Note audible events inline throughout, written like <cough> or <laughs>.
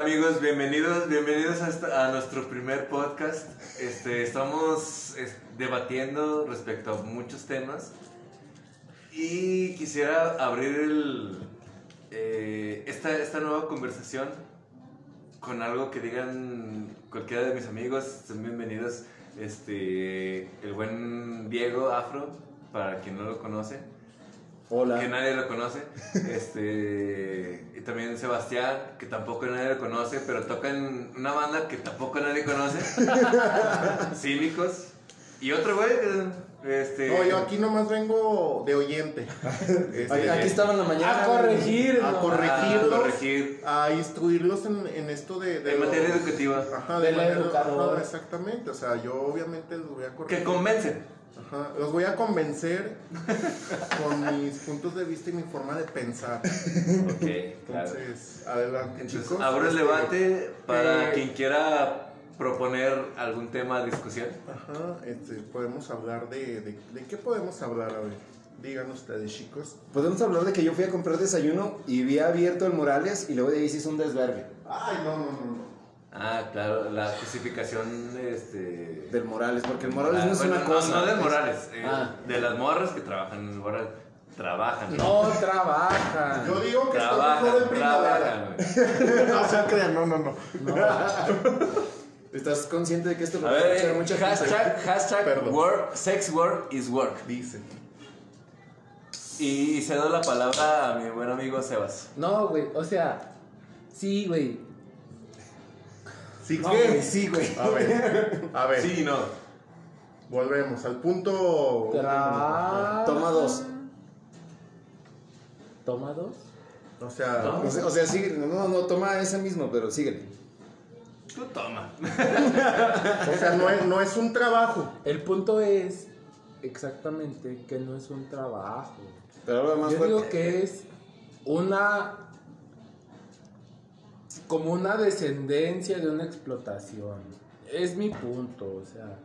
Amigos, bienvenidos, bienvenidos a, esta- a nuestro primer podcast. Este, estamos es, debatiendo respecto a muchos temas y quisiera abrir el, eh, esta, esta nueva conversación con algo que digan cualquiera de mis amigos. Son bienvenidos este, el buen Diego Afro, para quien no lo conoce que Hola. nadie lo conoce. Este, y también Sebastián, que tampoco nadie lo conoce, pero toca en una banda que tampoco nadie conoce. Cínicos. Y otro güey, este... No, yo aquí nomás vengo de <laughs> oyente. Este, Aquí, aquí estaba en la mañana. A corregir. A ¿no? a corregir. corregirlos. corregir. A instruirlos en, en esto de... de En lo- materia educativa. Ajá, De la manera- educadora. ajá, exactamente, o sea, yo obviamente los voy a Que corregir. convencen. Ajá, los voy a convencer con mis puntos de vista y mi forma de pensar. Ok, Entonces, adelante, Entonces, chicos. abro el Este, debate para eh, quien quiera proponer algún tema de discusión. Ajá, este, podemos hablar de, de... ¿De qué podemos hablar? A ver, digan ustedes, chicos. Podemos hablar de que yo fui a comprar desayuno y vi abierto el Morales y luego de ahí se hizo un desvergue Ay, no, no, no, no. Ah, claro, la justificación este, del Morales, porque el Morales Ah, no es bueno, una cosa. No, de es- Morales, eh, Ah. de las morras que trabajan en el Morales. Trabajan. No trabaja. Yo digo que está mejor trabajan, en primavera. trabajan. <laughs> No se crean, no, no, no. <laughs> ¿Estás consciente de que esto güey. lo <laughs> A va ver, escuchar eh, mucha gente? hashtag, hashtag Perdón. work, sex work is work. Dice. Y cedo la palabra a mi buen amigo Sebas. No, güey. O sea, sí, güey. ¿Sí No, qué? güey, sí, güey. A ver, a ver. Sí y no. Volvemos al punto. Trabaja. Toma dos. Toma dos. O sea, No. O sea, o sea, sigue. No, no, toma ese mismo, pero síguele. Tú toma. o sea no, es, no es un trabajo. El punto es exactamente que no es un trabajo. Pero habla más Yo fuerte. digo que es una. como una descendencia de una explotación. Es mi punto, o sea.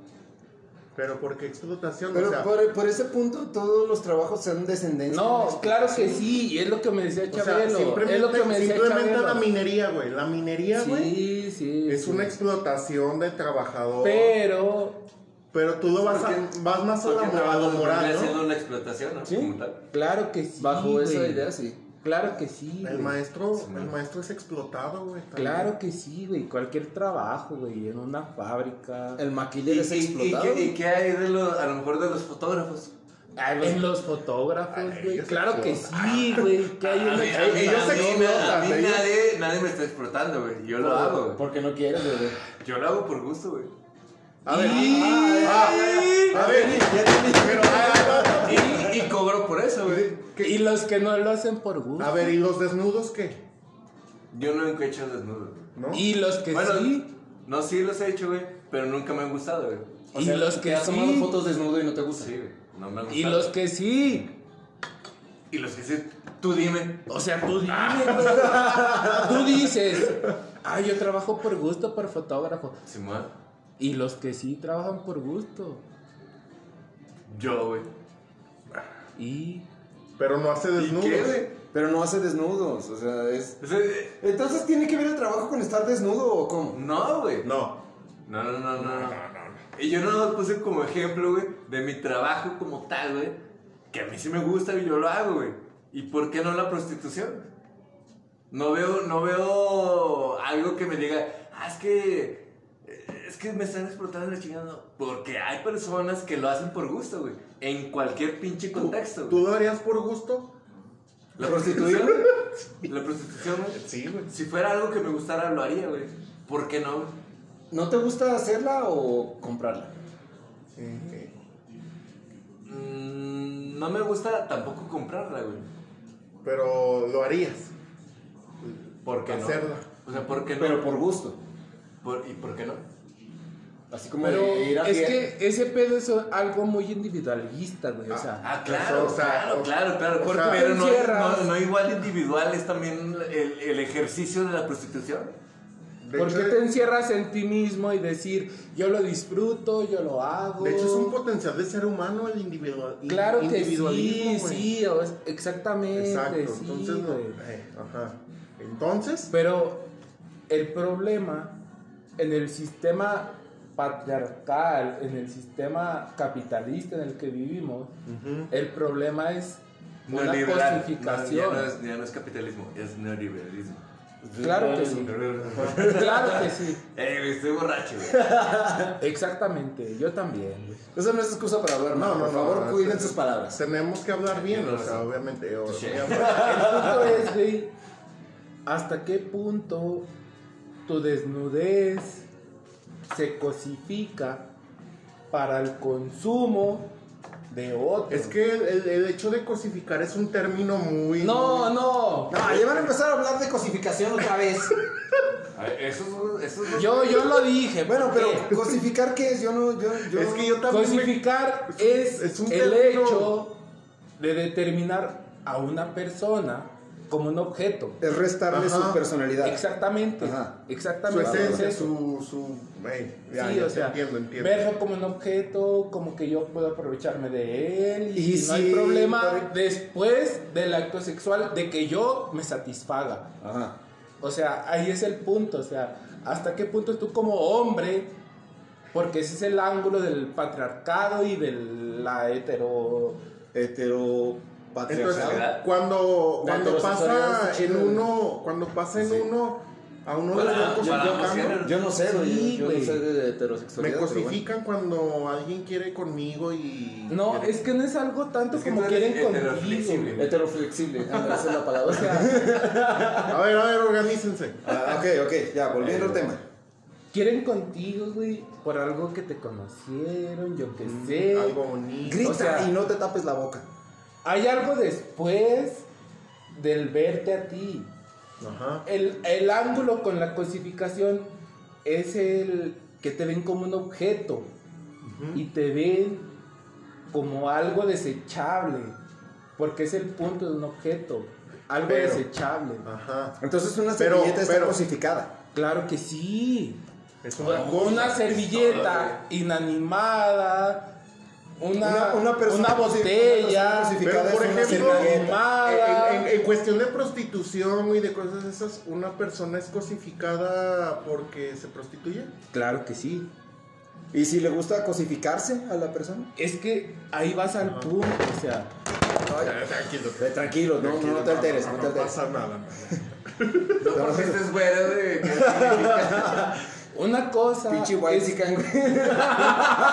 Pero porque explotación, Pero o sea, por, por ese punto todos los trabajos son descendencia. este No, claro que sí, y es lo que me decía o sea, Chabelo. simplemente, es lo que me decía simplemente la Chabelo. minería, güey. La minería, güey, Sí, sí. es sí. una explotación del trabajador. Pero. Pero tú lo vas, a- Porque- vas más a, la, Porque a lo trabajan, vendría moral, siendo ¿no? una explotación, ¿no? ¿Sí? Como tal. Claro que sí. Bajo esa güey. idea, sí. Claro que sí. El güey. maestro, Sí, el man. maestro es explotado, güey. también. Claro que sí, güey. Cualquier trabajo, güey. En una fábrica. El maquiller ¿Y, es y- y explotado. qué, y qué hay de los, a lo mejor de los fotógrafos? Ay, En los fotógrafos, Ay, güey. ellos Claro que sí, güey. Que hay A una mí, a mí- ellos a se mí- explotan, a mí ellos- nadie, nadie me está explotando, güey. Yo lo hago, güey. Porque no quieres, bebé. Yo lo hago por gusto, güey. A ver, Y- ah, ah, a ver, pero, ah, ah, Y, y cobro por eso, güey. Y los que no lo hacen por ah. gusto. a ver, ¿y los desnudos qué? Yo nunca he hecho desnudo. güey. ¿No? Y los que Bueno, sí. no, sí los he hecho, güey, pero nunca me han gustado, güey. O Y sea, los te que has tomado sí. fotos desnudo y no te gusta. Sí, güey, no me han gustado. Y los que sí. Y los que sí, tú dime. O sea, tú dime, güey. Tú dices, ah, yo trabajo por gusto, por fotógrafo. Simón, Y los que sí trabajan por gusto. yo, güey. Y. Pero no hace ¿Y desnudos. qué, güey? Pero no hace desnudos, o sea, es... O sea, eh, Entonces, ¿tiene que ver el trabajo con estar desnudo o cómo? No, güey. No. No, no, no, no, no. Y yo no lo puse como ejemplo, güey, de mi trabajo como tal, güey. Que a mí sí me gusta y yo lo hago, güey. ¿Y por qué no la prostitución? No veo, no veo algo que me diga, ah, es que. Es que me están explotando la chingada. No, Porque hay personas que lo hacen por gusto, güey. En cualquier pinche contexto, güey. ¿Tú lo harías por gusto? ¿La prostitución? ¿La prostitución, güey? Sí, güey. Si fuera algo que me gustara, lo haría, güey. ¿Por qué no? ¿No te gusta hacerla o comprarla? Mm, no me gusta tampoco comprarla, güey. Pero lo harías. ¿Por qué no? Hacerla. O sea, ¿por qué no? Pero por gusto. Por- ¿Y por qué no? Así como Pero de ir a es fie- que ese pedo es algo muy individualista, güey. O sea, Ah, claro, o sea, claro, o- claro, claro. o sea, pero no, encierras. no, no igual individual es también el, el ejercicio de la prostitución. De ¿por hecho, qué te encierras en ti mismo y decir, yo lo disfruto, yo lo hago? de hecho, es un potencial de ser humano el individual, Claro que sí, individualismo, güey. sí, o es- exactamente. Exacto. sí, Entonces, no. güey. eh, ajá. Entonces, Pero el problema en el sistema patriarcal, en el sistema capitalista en el que vivimos, el problema es una Neoliberal. cosificación. No, ya, no es, ya no es capitalismo, es neoliberalismo. Claro que sí, claro que sí, Ey, eh, güey, estoy borracho, güey. exactamente, yo también. güey. Eso no es excusa para hablar mal. No, no, por no, favor, no, cuiden no. sus palabras. Tenemos que hablar bien, o sea, obviamente. o- obviamente. El punto es, güey, hasta qué punto tu desnudez se cosifica para el consumo de otros. Es que el, el- el hecho de cosificar es un término muy. No, No, no. ya van a empezar a hablar de cosificación otra vez. Ay, Eso es, eso es Yo, yo lo <laughs> dije. Bueno, ¿por pero qué? cosificar qué es, yo no, yo, yo. Es que yo también. me- Cosificar es un- es, es un el término. hecho de determinar a una persona como un objeto. Es restarle Ajá. su personalidad. Exactamente. Ajá. Su Exactamente. esencia, es eso. su. su ey, ya, sí, ya o te sea, entiendo, entiendo. verlo como un objeto, como que yo puedo aprovecharme de él y, Y no hay sí, problema por- después del acto sexual de que yo me satisfaga. Ajá. O sea, ahí es el punto, o sea, hasta qué punto tú como hombre, porque ese es el ángulo del patriarcado y de la hetero... Entonces, Heteropatriarcado. ¿verdad? cuando, La cuando heterosexualidad pasa está en chido, uno, cuando pasa en Sí. uno, a uno Para- le dan para cosificando, ambos Yo no sé, güey. Sí, yo, yo güey. no sé de me heterosexualidad. pero bueno. cosifican cuando alguien quiere conmigo y. No, quiere- es que no es algo tanto Es que como tú eres quieren contigo. heteroflexible. güey. Heteroflexible, ándale, esa es la palabra. O sea, A ver, a ver, organícense. <laughs> Ah, ok, ok, ya, volviendo al tema. quieren contigo, güey, por algo que te conocieron, yo qué sé. Mm, Algo bonito. Grita O sea- y no te tapes la boca. Hay algo después del verte a ti. Ajá. El, el ángulo con la cosificación es el que te ven como un objeto y te ven como algo desechable, porque es el punto de un objeto, algo Pero- desechable. Ajá. Entonces una Pero- servilleta está pero- cosificada. Claro que sí. Es una Una, cosa. servilleta inanimada, una, Una- una persona- una una persona botella, cosificada. Pero es por una ejemplo, servilleta. inanimada. eh, en, en- en cuestión de prostitución y de cosas esas, ¿una persona es cosificada porque se prostituye? Claro que sí. ¿Y si le gusta cosificarse a la persona? Es que ahí vas al punto, o sea, <laughs> Tranquilo. Eh, Tranquilo, no, no, no te alteres, no te alteres. pasa nada. No porque estés güero, güey. que significa? una cosa, Pinche white es, chican, güey.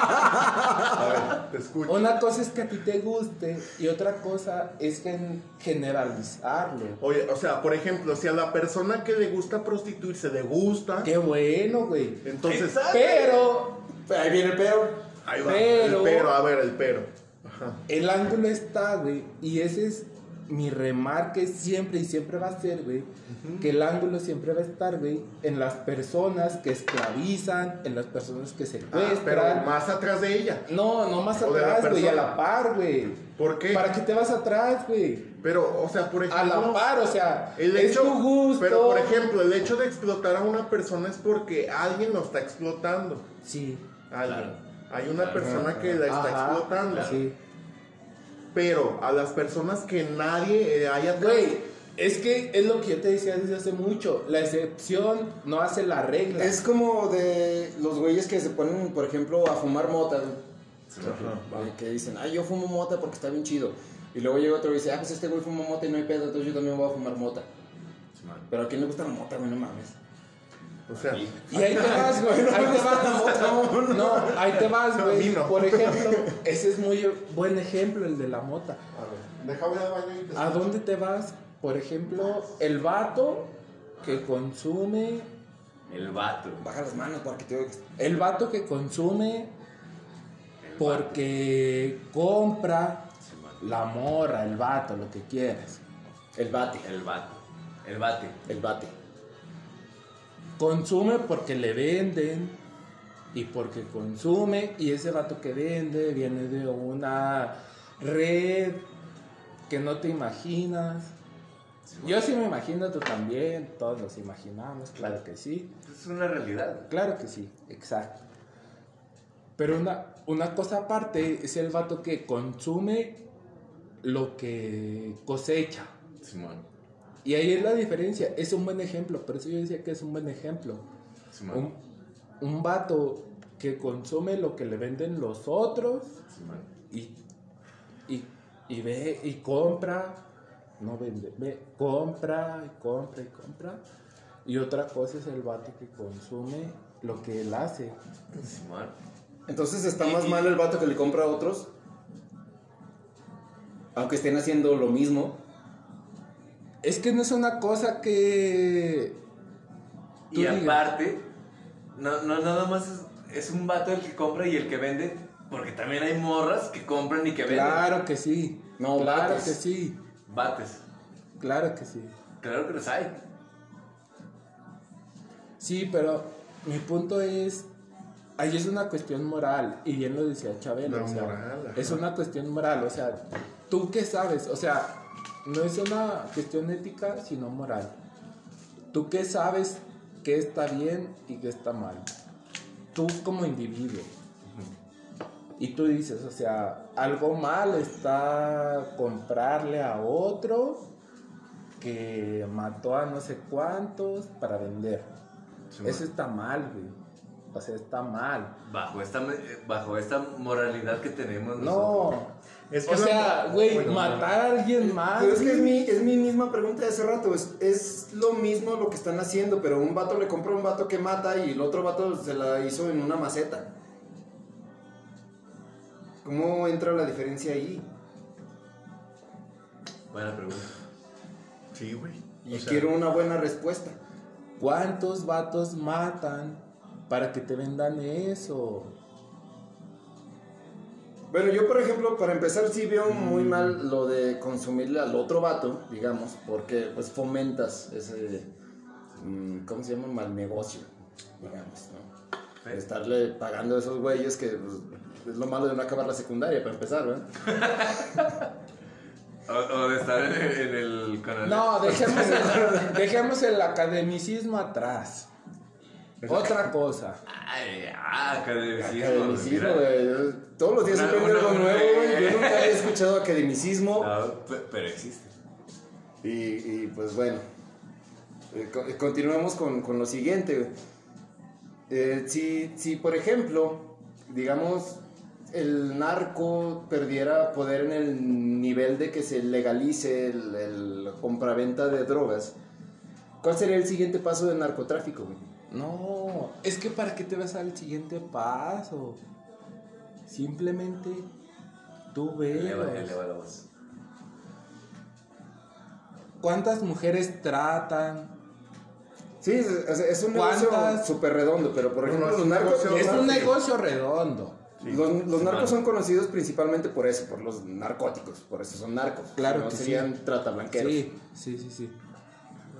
A ver, te escucho. una cosa es que a ti te guste y otra cosa es gen- generalizarlo. Oye, o sea, por ejemplo, si a la persona que le gusta prostituirse le gusta, Qué bueno, güey. entonces. Pero Ahí viene el peor. Ahí va. Pero- El pero, a ver, el pero. Ajá. el ángulo está, güey, y ese es mi remarque siempre y siempre va a ser, güey, que el ángulo siempre va a estar, güey, en las personas que esclavizan, en las personas que Ah, secuestran. pero más atrás de ella. No, no más O de la atrás, güey, a persona. la par, güey. ¿Por qué? ¿Para qué te vas atrás, güey? Pero, o sea, por A ejemplo. la par, o sea, El es hecho, tu gusto. pero por ejemplo, el hecho de explotar a una persona es porque alguien lo está explotando. Sí. Alguien. Hay una persona que la está Ajá, explotando. Sí. Pero a las personas que nadie eh, haya Güey, es que es lo que yo te decía desde hace mucho. La excepción no hace la regla. Es como de los güeyes que se ponen, por ejemplo, a fumar mota. güey. Eh, Que dicen, ah, yo fumo mota porque está bien chido. Y luego llega otro y dice, ah, pues este güey fuma mota y no hay pedo, entonces yo también voy a fumar mota. Pero a quién le gusta la mota, güey, no mames. O sea, Y ahí te vas, güey. <laughs> Ahí te vas. No, ahí te vas, A güey. mí no. Por ejemplo, <laughs> ese es muy buen ejemplo, el de la mota. a ver, déjame ir al baño y te ¿A dónde te vas? Por ejemplo, el vato que consume. El vato. Baja las manos para que te El vato que consume porque compra la morra, el vato, lo que quieras. El bate, El vato. El bate. el bate. Consume porque le venden y porque consume y ese vato que vende viene de una red que no te imaginas. Yo sí me imagino, tú también, todos nos imaginamos, claro que sí. Es una realidad. Claro que sí, exacto. Pero una, una cosa aparte es el vato que consume lo que cosecha. Simón. Y ahí es la diferencia. Es un buen ejemplo. Por eso yo decía que es un buen ejemplo. Simón, Un, un vato que consume lo que le venden los otros Simón. y, y, y ve y compra. No vende, ve, compra y compra y compra. Y otra cosa es el vato que consume lo que él hace. Simón. Entonces está más mal el vato que le compra a otros. Aunque estén haciendo lo mismo. Es que no es una cosa que... Tú Y digas. aparte, no, no nada más es, es un vato el que compra y el que vende, porque también hay morras que compran y que venden. Claro que sí. No, claro vatos. que sí. Bates. Claro que sí. Claro que los hay. Sí, pero mi punto es, ahí es una cuestión moral, y bien lo decía Chabelo, La o sea, moral, ajá. es una cuestión moral, o sea, tú qué sabes, o sea, no es una cuestión ética, sino moral. Tú qué sabes qué está bien y qué está mal. Tú como individuo. Y tú dices, o sea, algo mal está comprarle a otro que mató a no sé cuántos para vender. Simón. Eso está mal, güey. O sea, está mal. Bajo esta, me- eh, bajo esta moralidad que tenemos nosotros. No. Es que o la- sea, güey, bueno, matar a alguien más. Ah, Pero es que güey. es mi, es mi misma pregunta de hace rato. Es, es lo mismo lo que están haciendo, pero un vato le compra a un vato que mata y el otro vato se la hizo en una maceta. ¿Cómo entra la diferencia ahí? Buena pregunta. Sí, güey. Y O sea, quiero una buena respuesta. ¿Cuántos vatos matan para que te vendan eso? Bueno, yo por ejemplo, para empezar, sí veo Mm. muy mal lo de consumirle al otro vato, digamos, porque pues fomentas ese, mm, ¿cómo se llama? Mal negocio, digamos, ¿no? Pero- Estarle pagando a esos güeyes que pues, es lo malo de no acabar la secundaria, para empezar, ¿verdad? O, o de estar en, el- en el canal. No, dejemos el, dejemos el academicismo atrás. Otra cosa. Ay, ah, academicismo. Academicismo, mira. güey. Yo- Todos los días Una- aprendo una- algo una- eh. nuevo, güey. Yo nunca había escuchado academicismo. No, pe- pero existe. Y, y, pues bueno, Eh, co- eh, continuamos con, con lo siguiente. güey. Eh, si, si, por ejemplo, digamos, el narco perdiera poder en el nivel de que se legalice el, el compraventa de drogas, ¿cuál sería el siguiente paso del narcotráfico? güey? No, es que para qué te vas al siguiente paso. Simplemente tú ves. Eleva, eleva la voz. ¿Cuántas mujeres tratan? Sí, es, es- es un negocio ¿Cuántas? súper redondo, pero por No, ejemplo, no, es los un narcos... negocio- los Es un narcos- negocio redondo. Los, los Sí, narcos claro. son conocidos principalmente por eso, por los narcóticos, por eso son narcos. Claro no que sí. serían tratablanqueros. Sí, sí, sí, sí.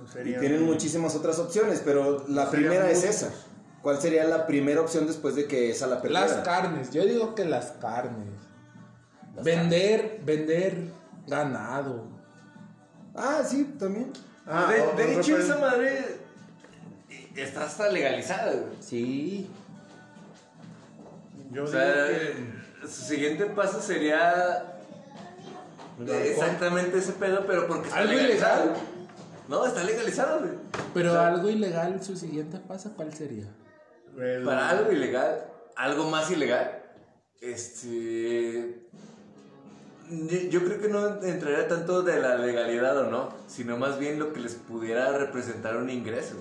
Y serían- tienen muchísimas otras opciones, pero la Serían primera es muchos. esa. ¿Cuál sería la primera opción después de que esa la Las perdieran? carnes, yo digo que las carnes. vender, vender ganado. Ah, sí, también. Ah, de o- de otra hecho, pre- esa madre eh, está hasta legalizada, güey. Sí. Yo O sea, eh, digo que- su siguiente paso sería exactamente ese pedo, pero porque está ¿Algo legalizado. ilegal? No, está legalizado, güey. Pero algo ilegal, su siguiente paso, ¿cuál sería? el- Para algo ilegal, algo más ilegal, este. Yo, yo creo que no entraría tanto de la legalidad o no, sino más bien lo que les pudiera representar un ingreso.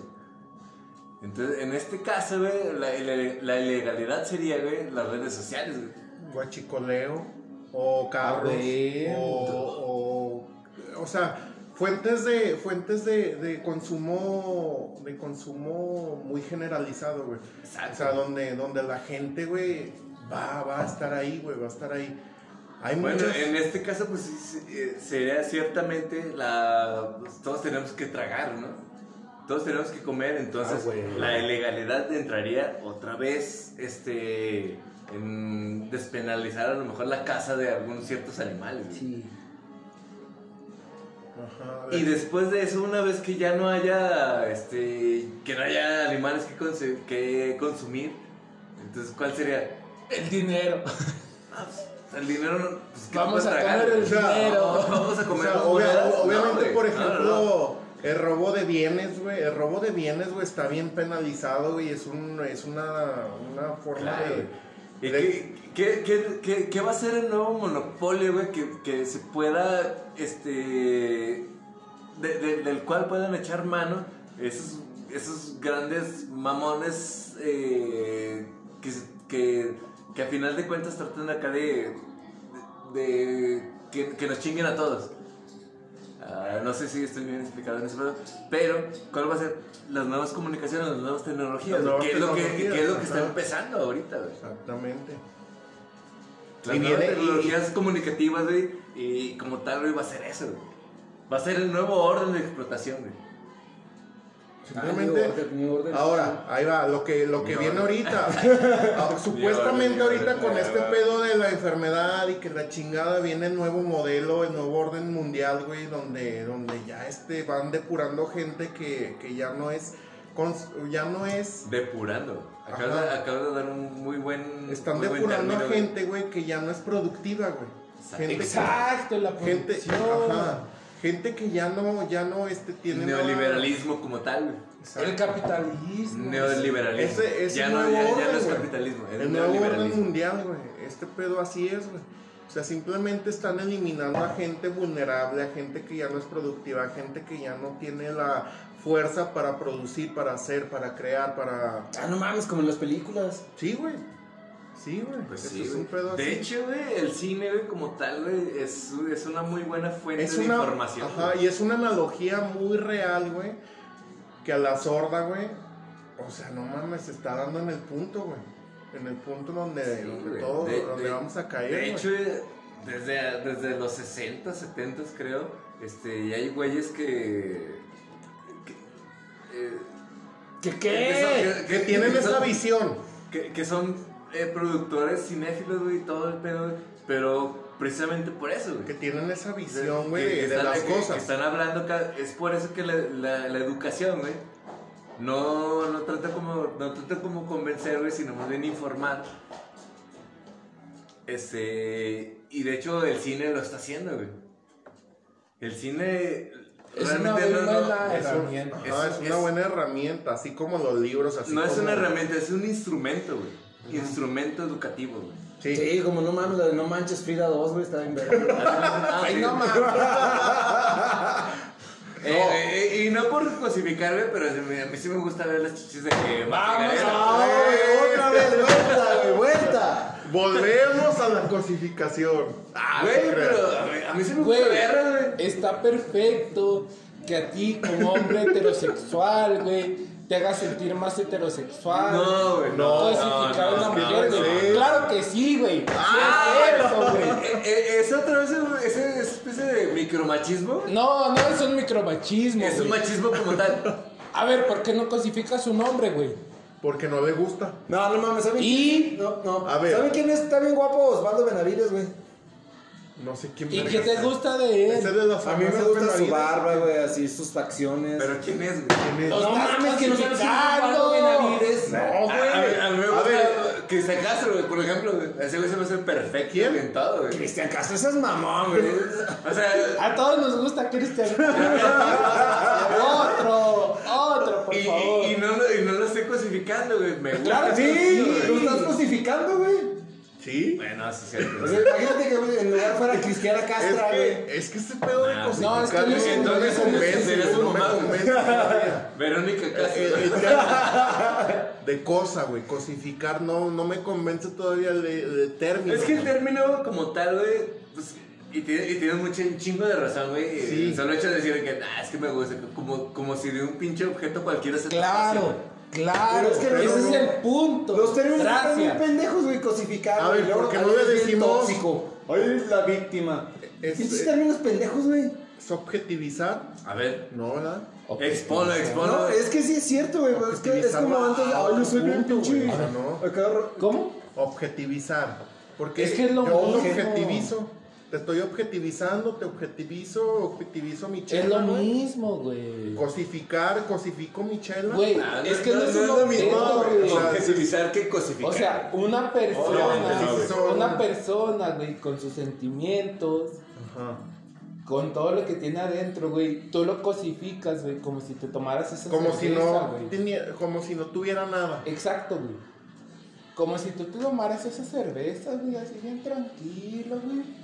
Entonces, en este caso, güey, la, ile- la ilegalidad sería, güey, las redes sociales, güey. guachicoleo o carros A ver. o, o o sea fuentes de fuentes de, de consumo de consumo muy generalizado güey o sea donde donde la gente güey va va a estar ahí güey va a estar ahí hay Bueno, muchas- en este caso, pues sí, sí, eh, sería ciertamente la. pues, todos tenemos que tragar, ¿no? Todos tenemos que comer, entonces Ah, güey. la ilegalidad entraría otra vez este, en despenalizar a lo mejor la caza de algunos ciertos animales. güey. Sí. Ajá, Y después de eso, una vez que ya no haya, este, que no haya animales que, consu- que consumir, entonces, ¿cuál sería? El dinero. Ah, pues, el dinero, no- pues, ¿qué Vamos puedes a tragar? comer el O sea, dinero. Vamos a O comer sea, las obvia- monedas. obviamente, No, por güey, no, ejemplo, no, no. El robo de bienes, güey, el robo de bienes, güey, está bien penalizado, güey, es, un, es una, una forma Claro. de... ¿Y de- qué, qué- qué- qué- qué va a ser el nuevo monopolio, güey? Que, que se pueda, este... de- de- del cual puedan echar mano esos, esos grandes mamones eh, que, se- que, que a final de cuentas tratan acá de... de, de- que, que nos chinguen a todos. Ah, no sé si estoy bien explicado en ese pedo, pero ¿cuál va a ser? Las nuevas comunicaciones, las nuevas tecnologías, Las nuevas ¿qué, es lo que, tecnologías, qué es lo que está ajá. empezando ahorita, güey? Exactamente. Las Y nuevas viene- tecnologías comunicativas, güey, y como tal, güey, va a ser eso, güey. Va a ser el nuevo orden de explotación, güey. Simplemente... orden, mi orden. Ahora, ahí va, lo que, lo que Mi viene orden. ahorita. <laughs> Ah, Supuestamente Mi orden, mi ahorita orden. con este pedo de la enfermedad y que la chingada viene el nuevo modelo, el nuevo orden mundial, güey, donde, donde ya este van depurando gente que, que ya no es cons- ya no es Depurando. Acabas, de, Ajá. acabas de dar un muy buen. están muy buen depurando término, güey. gente, güey, que ya no es productiva, güey. Exacto. Gente que- Exacto, la gente, producción. ajá, gente que ya no ya no este tiene nada- Neoliberalismo como tal, güey. Exacto. El capitalismo. Neoliberalismo. Ese- ese ya, no, nuevo ya, ya orden, no es güey. capitalismo, es El nuevo orden neoliberalismo. mundial, güey. Este pedo así es, güey. O sea, simplemente están eliminando a gente vulnerable, a gente que ya no es productiva, a gente que ya no tiene la fuerza para producir, para hacer, para crear, para... Ah, no mames, como en las películas. Sí, güey. Sí, güey. Pues Eso sí, es güey. un pedo de así. hecho, güey, el cine, güey, como tal, güey, es, es una muy buena fuente es de una, información. ajá, güey. y es una analogía muy real, güey, que a la sorda, güey, o sea, no mames, se está dando en el punto, güey. En el punto donde, Sí, donde güey. todo, De- donde de- vamos a caer, De güey. hecho, eh, desde, desde los 60, 70 creo, este, y hay güeyes que... que, eh, ¿Qué que qué? son- que tienen que esa son- visión. Que, que son eh, productores cinéfilos, güey, y todo el pedo, güey, pero precisamente por eso, güey. Que tienen esa Que- visión, güey, que- que de, de están- las que- que cosas. están hablando acá, es por eso que la, la- la educación, güey, no, no trata como, no trata como convencer, güey, sino más bien informar. Este, y de hecho el cine lo está haciendo, güey. El cine Es realmente una no- no- buena es- herramienta. Ajá, es- es, una es- buena herramienta, así como los libros, así no es como- una herramienta, es un instrumento, güey. Instrumento educativo, güey. Sí. Sí, como no mames, la de No Manches Frida 2, güey, está bien verga. Ah, Ay, <laughs> no Eh, y no por cosificarme, pero se me- a mí sí me gusta ver las chichis de que Vamos, Macarena. ¡Ah, güey, otra vez! ¡Vuelta, güey, vuelta! Volvemos a la cosificación. Ah, Güey, no creo. pero a mí, a mí sí me Güey, gusta verlas, güey. está perfecto que a ti como hombre heterosexual, güey, te haga sentir más heterosexual. No, güey, no, Cosificar no, a una no, mujer, no, Ah, güey. no. Claro que sí, güey. Sí es eso, güey. Eh, eh, Es otra vez ese- ese- esa especie de micromachismo. No, no es un micromachismo. Es un güey. machismo como tal. A ver, ¿por qué no cosificas un hombre, güey? Porque no le gusta. <laughs> No, no mames, ¿saben? Y- No, no. A ver. ¿Saben quién es? Está bien guapo Osvaldo Benavides, güey. No sé quién ¿Y verga qué te sea. gusta de Ese él? de las A mí me famosas gusta su Benavides. barba, güey, así, sus facciones. Pero ¿quién es, güey? ¿Quién es? Los- no estás mames, que no sabes quién es clasificando. Osvaldo Benavides. No, A- güey. A, mí- a mí me A gusta ver. Cristian Castro, güey, por ejemplo, güey. Ese güey se me hace perfecto ¿Quién? y orientado, güey. Cristian Castro, ese es mamón, güey. O sea, A todos nos gusta Cristian. otro, otro, por Y, favor. y- y no, lo- y no lo estoy cosificando, güey. Me gusta. Claro, Ah, Sí, sí. lo estás cosificando, güey. ¿Sí? Bueno, sí, sí. O sea, imagínate que güey, en lugar fuera Cristiana Es Castra, güey. que, es que ese pedo de No, cosificar no, es que no es- no no me es- convence, sería su no me mamá, güey. convence. todavía. Verónica Castro. El- el <laughs> tema de cosa, güey. Cosificar no, no me convence todavía el, el término. es que el término como tal, güey, pues, y, tiene- y tienes mucho un chingo de razón, güey. Sí. El Solo hecho de decir que, ah, es que me gusta, como, como si de un pinche objeto cualquiera se Claro, claro. Pero es que no- Ese no- es el punto. Los términos están bien Gracias. pendejos, güey, cosificados. A ver, y luego, ¿por qué ay, no le es bien decimos- Tóxico. Hoy es la víctima. Es- Pinches términos pendejos, güey. ¿Es objetivizar? A ver, No, ¿verdad? expono, expono. No, es que sí es cierto, güey. Es que es como antes de. Ay, yo soy bien Punto, pinche. güey. O sea, no. Acá ro- ¿Cómo? Objetivizar. Porque Es que es lo yo mismo. objetivizo. Te estoy objetivizando, te objetivizo, objetivizo mi chela. Es lo güey. mismo, güey. Cosificar, cosifico mi chela. Güey, Ah, es que no, es un lo mismo objeto, güey. objetivizar que cosificar. O sea, una persona, Obviamente, sí, sí, son- una persona, güey, con sus sentimientos, Ajá. con todo lo que tiene adentro, güey, tú lo cosificas, güey, como si te tomaras esa Como si cerveza, no güey. tenía- como si no tuviera nada. <laughs> Exacto, güey. Como si tú te tomaras esa cerveza, güey, así bien tranquilo, güey.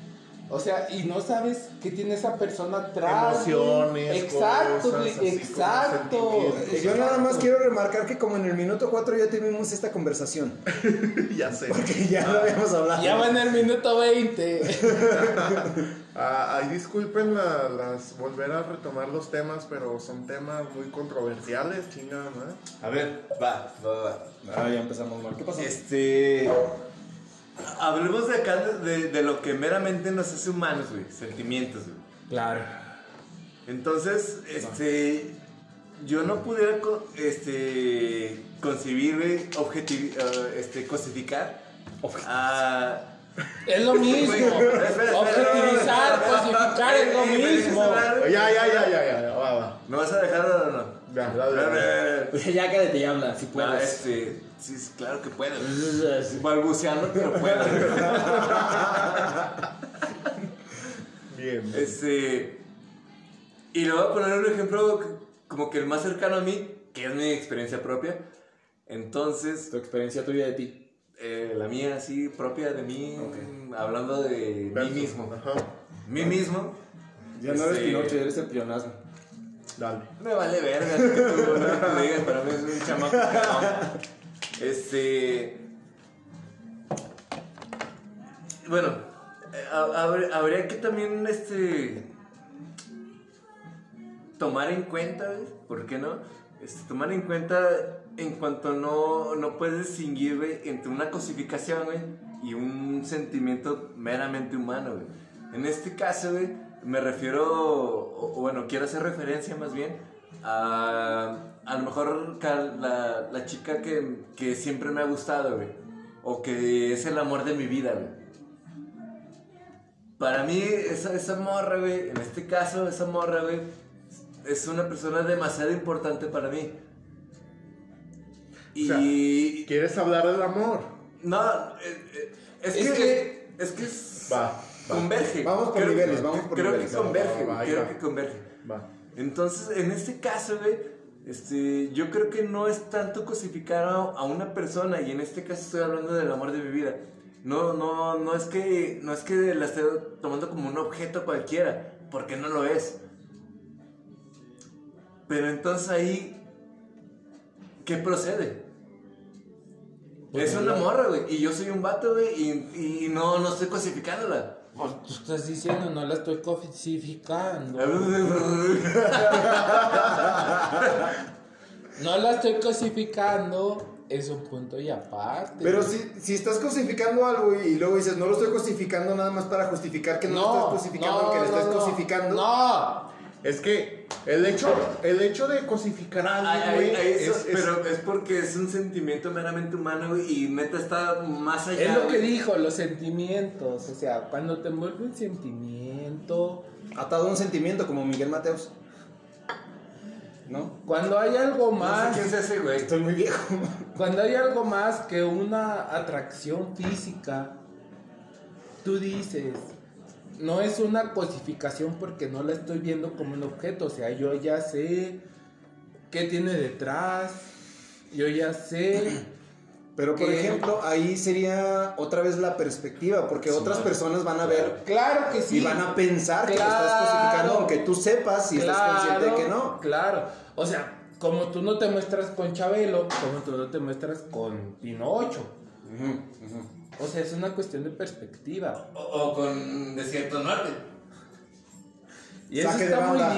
O sea, y no sabes qué tiene esa persona atrás. güey. Emociones, Exacto, cosas güey, así como exacto. sentimientos. Yo nada más quiero remarcar que como en el minuto 4 ya tuvimos esta conversación, <laughs> ya sé. que ya lo habíamos hablado. Ya va en el minuto 20. Ah, ay, disculpen la- las volver a retomar los temas, pero son temas muy controversiales, chingada, madre. A ver, va, va, va. Ah, ya empezamos mal. ¿Qué pasó? Este. Hablemos de acá de, de- de lo que meramente nos hace humanos, güey. Sentimientos, güey. Claro. Entonces, este. Yo no pudiera co- este, concebir, güey, objetivi- ah, este, cosificar Ah, a. Es lo mismo. Espera, espera, Objetivizar, espera. cosificar es lo Ey, ey, me dejas mismo. hablar, güey. Ya, ya, ya, ya, ya, ya, va, va. ¿Me vas a dejar o no? Ya, dale, A dale. ver, Pues Ya cállate y habla, si No, puedes. este. Sí, sí, claro que puedo. este, Balbuceando, pero puedo. Bien. <laughs> Este. Y le voy a poner un ejemplo c- como que el más cercano a mí, que es mi experiencia propia. Entonces, Tu experiencia tuya de ti. eh, la mía así propia de mí, hablando de Verso. mí mismo. Ajá. Mí mismo. Ya no eres Este- Pinocho, eres el pionazgo. Dale. Me vale verga, así que tú no me digas, para mí es un chamaco. cabrón. Este. Bueno, eh, ha- habr- habría que también este. Tomar en cuenta, güey, ¿por qué no? Este, tomar en cuenta en cuanto no, no puedes distinguir, güey, entre una cosificación, güey, y un sentimiento meramente humano, güey. En este caso, güey, me refiero, o, o bueno, quiero hacer referencia más bien a, a lo mejor ca- la, la chica que, que siempre me ha gustado, güey, o que es el amor de mi vida, güey. Para mí, esa, esa morra, güey, en este caso, esa morra, güey, es una persona demasiado importante para mí. Y. O sea, ¿Quieres hablar del amor? no, eh, eh, es, Es que, que- Es que es- Va, va, Converge. Vamos por que- niveles, vamos por creo niveles. Que Va, va, converge, va, güey, ahí creo va. que converge. va. Entonces, en este caso, güey, este, yo creo que no es tanto cosificar a, a una persona, y en este caso estoy hablando del amor de mi vida. No, no, no es que, no es que la esté tomando como un objeto cualquiera, porque no lo es. Pero entonces ahí, ¿qué procede? es una morra, güey, y yo soy un vato, güey, y, y no, no estoy cosificándola. Pues, Tú estás diciendo, no la estoy cosificando. No la estoy cosificando. Es un punto y aparte. Pero güey. si, si estás cosificando algo y luego dices, no lo estoy cosificando nada más para justificar que no, lo estás cosificando, no, que le estás no, no. cosificando. No. Es que el hecho, el hecho de cosificar a Ay, alguien, ay, güey, ay, eso- es, es- pero es porque es un sentimiento meramente humano güey, y neta está más allá. Es lo que güey. dijo, los sentimientos. O sea, cuando te envuelve un sentimiento. Atado a un sentimiento como Miguel Mateos. ¿No? Cuando hay algo No sé más. quién se hace, güey. Estoy muy viejo. Cuando hay algo más que una atracción física, tú dices, no es una cosificación porque no la estoy viendo como un objeto, o sea, yo ya sé qué tiene detrás, yo ya sé, Pero por ¿Qué? ejemplo, ahí sería otra vez la perspectiva, porque otras personas van a ver claro que sí. y van a pensar que lo estás Claro. cosificando, aunque tú sepas y estás consciente de que no. Claro, o sea, como tú no te muestras con Chabelo, como tú no te muestras con Pinocho, o sea, es una cuestión de perspectiva. O, o con Desierto Norte. Y eso Saque de está muy banda.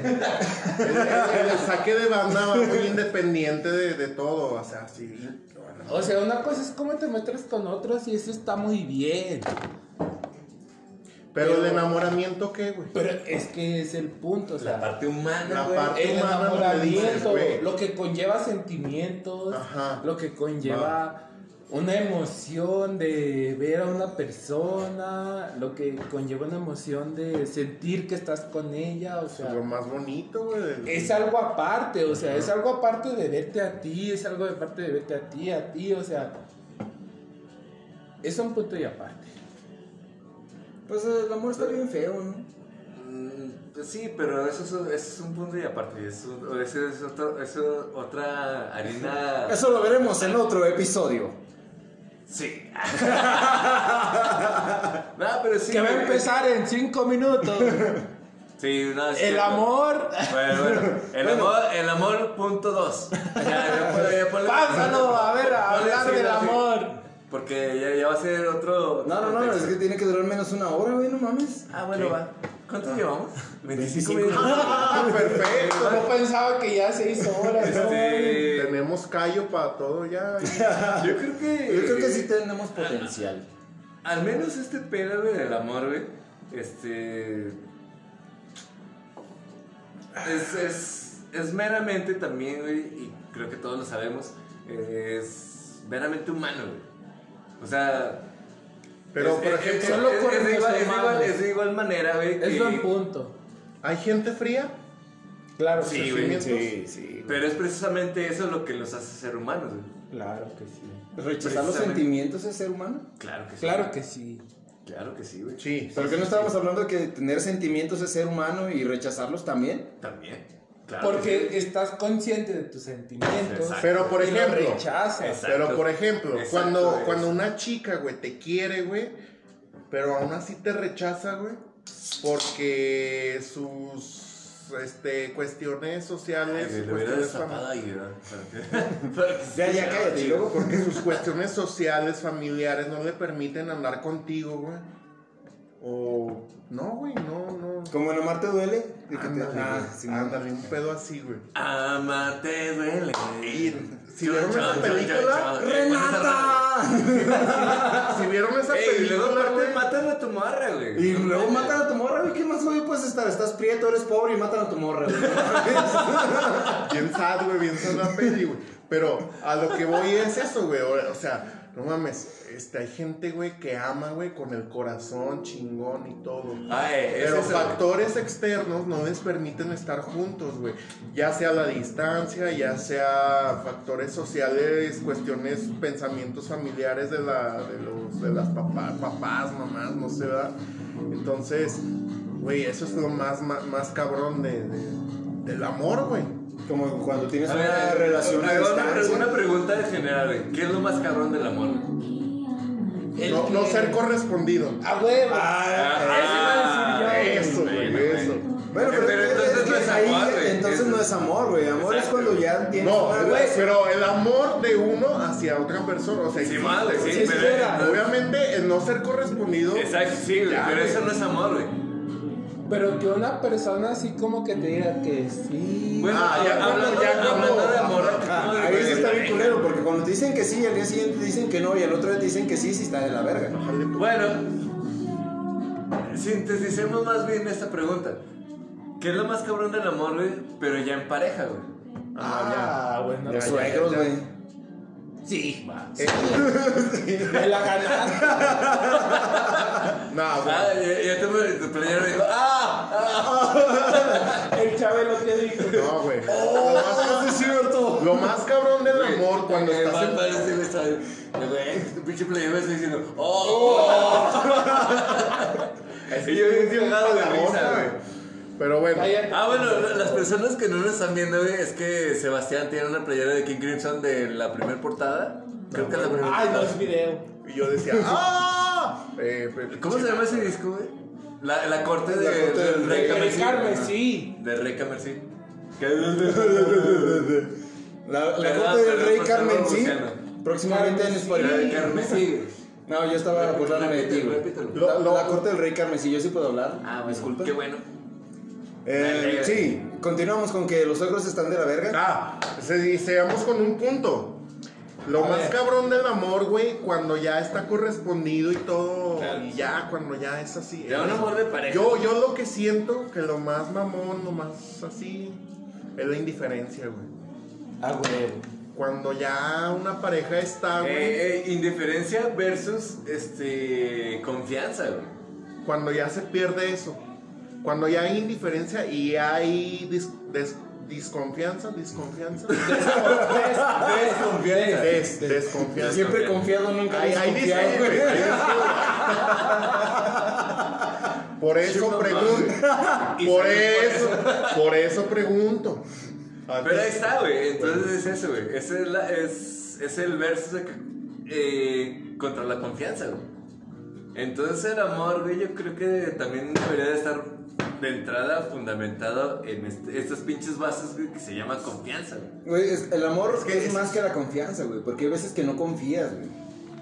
el, <laughs> el- el saque de banda va muy independiente de, de todo, o sea, sí. O sea, una cosa es cómo te metes con otros y eso está muy bien. Pero el enamoramiento, ¿qué, güey? Pero es que es el punto, o La sea, parte humana, La güey. parte- el humana no la dices, enamoramiento, güey. lo que conlleva sentimientos, Ajá. lo que conlleva una emoción de ver a una persona, lo que conlleva una emoción de sentir que estás con ella, o Eso es lo sea, más bonito, güey. del- es algo aparte, o sea, es algo aparte de verte a ti, es algo aparte de verte a ti, a ti, o sea, es un punto y aparte. Pues el amor está bien feo, ¿no? Mm, Mm, pues sí, pero eso es, eso es un punto y aparte. y Eso, eso es otro- eso otra <laughs> harina. Eso lo veremos en otro episodio. <laughs> Sí. no, pero sí. que va a güey. empezar en <laughs> 5 minutos. Sí, no, es El cierto. amor. Bueno, <laughs> bueno, el amor, el amor punto dos. Ya, ya ponle- ya ponle- Pásalo, a ver, a Ponle hablar así, del así. amor. Porque ya, ya va a ser otro. No, no, no, es que tiene que durar menos una hora, güey, no mames. Ah, bueno, va. ¿Cuánto llevamos? 25 minutos. Ah, perfecto. No pensaba que ya se hizo horas. ¿no? Este, Tenemos callo para todo ya. yo creo que. Yo creo que sí tenemos potencial. Al menos este pedo, güey, del amor, güey. Este. Es, es, es meramente también, güey, y creo que todos lo sabemos, es meramente humano, güey. O sea. Pero, es, por es- es- ejemplo, solo es- con es de igual, es los de igual- humanos. es de igual manera, güey. Es que- buen punto. ¿hay gente fría? Claro que Sí, sí. güey. Sí, sí. Pero es precisamente eso lo que los hace ser humanos, güey. Claro que sí. ¿Rechazar los Precisamente. sentimientos es ser humano? Claro que sí. Claro que sí. Claro que sí, güey. Sí. ¿Pero qué no estábamos hablando de que tener sentimientos es ser humano y rechazarlos también? También. Claro Porque que sí. estás consciente de tus sentimientos. Exacto. Pero, por y los ejemplo, rechazas. Exacto. Pero por ejemplo, Exacto, cuando, güey. cuando una chica, güey, te quiere, güey, pero aún así te rechaza, güey, porque sus este, cuestiones sociales, Ay, güey, lo hubiera cuestiones destapado fam- ahí, ¿verdad? Para que- para que Ya, ya, escuchara cállate, y chido. luego por porque sus cuestiones sociales, familiares, no le permiten andar contigo, güey. O no, güey, no, no. <laughs> Como en Amar te duele. de que Ah, te- Ándale, Ah, güey, sí, no. ándale, un pedo así, güey. Amarte duele. si vieron esa película, ¡Renata! Si vieron esa Ey, y película, luego aparte güey, matan a tu morra, güey. Y No luego mames. matan a tu morra, güey. ¿Qué más hoy puedes estar? Estás prieto, eres pobre y matan a tu morra, güey. Bien sad, güey, bien sad la peli, güey. Pero a lo que voy es eso, güey. O o sea, no mames. Este, hay gente, güey, que ama, güey, con el corazón chingón y todo. Ay, es Pero eso, güey. factores externos no les permiten estar juntos, güey. Ya sea la distancia, ya sea factores sociales, cuestiones, pensamientos familiares de, la, de, los, de las papá- papás, mamás, no sé, ¿verdad? Entonces, güey, eso es lo más, ma- más, cabrón de, de- del amor, güey. Como cuando tienes A una ver, a ver, relación a hago una, pre- distancia. una pregunta de general, güey. ¿Qué es lo más cabrón del amor? güey? El No, que- no ser correspondido. A huevo. Ah, eso iba a decir yo. Eso, bueno, güey, eso. Ah, Bueno, pero, Pero entonces que no es ahí, amor, güey. Entonces no es amor, güey. Amor es Exacto, cuando ya güey. tienes No, una güey, pero el amor de uno hacia otra persona, o sea, Sí, existe, mal, güey. sí, sí, pero- espera. Obviamente, el no ser correspondido. Exacto, sí, güey. Ya, Pero güey. eso no es amor, güey. Pero que una persona así como que te diga que sí. Bueno, Ah, ya, ya, hablando, ya, ya, hablando de ya. amor, Ah, güey, Ahí sí güey, está bien culero, porque cuando te dicen que sí, y al día siguiente te dicen que no, y al otro día te dicen que sí, sí está de la verga. Bueno, sinteticemos más bien esta pregunta. ¿Qué es lo más cabrón del amor, güey? Pero ya en pareja, güey. Ah, bueno. Los suegros, güey. Sí. Eh, Me la ganaste. no, güey. Ah, ya, ya te me tu playera me dijo, ¡ah! El Chabelo que dijo. No, güey. Lo más- es cierto! Lo más cabrón del Güey, amor cuando eh, estás va- en... va a decir, está- eh, Güey, tu pinche playera me está diciendo, ¡oh! es- Y yo bien cagado de es- risa, güey. güey. Pero bueno. Cállate. Ah, bueno, la- las personas que no nos están viendo, güey, es que Sebastián tiene una playera de King Crimson de la primera portada. Creo que es la primera Ay, no portada. es video. Y yo decía, <laughs> ¡ah! Eh, pero- ¿Cómo se llama ese disco, güey? La, la corte de, La corte de del Rey rey. Camercy. Carmen, sí. De Rey Camercy. La, la Perdón, corte del perdón rey por estar Carmen, sí. pronunciando. Próximamente en Rey Spotify. Carmesí. No, yo estaba burlándome de ti, güey. Repítelo. La, la corte del rey Carmen, sí, yo sí puedo hablar. Ah, güey, disculpa. Qué bueno. Eh, Dale. sí, continuamos con que los suegros están de la verga. Ah, se, y seamos con un punto. Lo A más ver. cabrón del amor, güey, cuando ya está correspondido y todo. Claro. Y ya, cuando ya es así. Ya un amor de pareja. Yo, yo lo que siento que lo más mamón, lo más así, es la indiferencia, güey. A huevo. Cuando ya una pareja está, güey. Eh, eh, indiferencia versus este confianza, güey. cuando ya se pierde eso, cuando ya hay indiferencia y hay dis- des- desconfianza, desconfianza, Desconfianza. des- desconfianza. Siempre confiado, nunca Hay, hay desconfiado, dis- güey. hay dis- Por eso pregunto. Por eso, por eso pregunto. Pero ahí está, güey. Entonces es eso, güey. Ese Es, la- es, es el verso contra la confianza, güey. Entonces el amor, güey, yo creo que también debería de estar de entrada fundamentado en este- estas pinches bases güey, que se llaman confianza, güey. Güey, es- el amor es, que es- más que la confianza, güey. Porque hay veces que no confías, güey.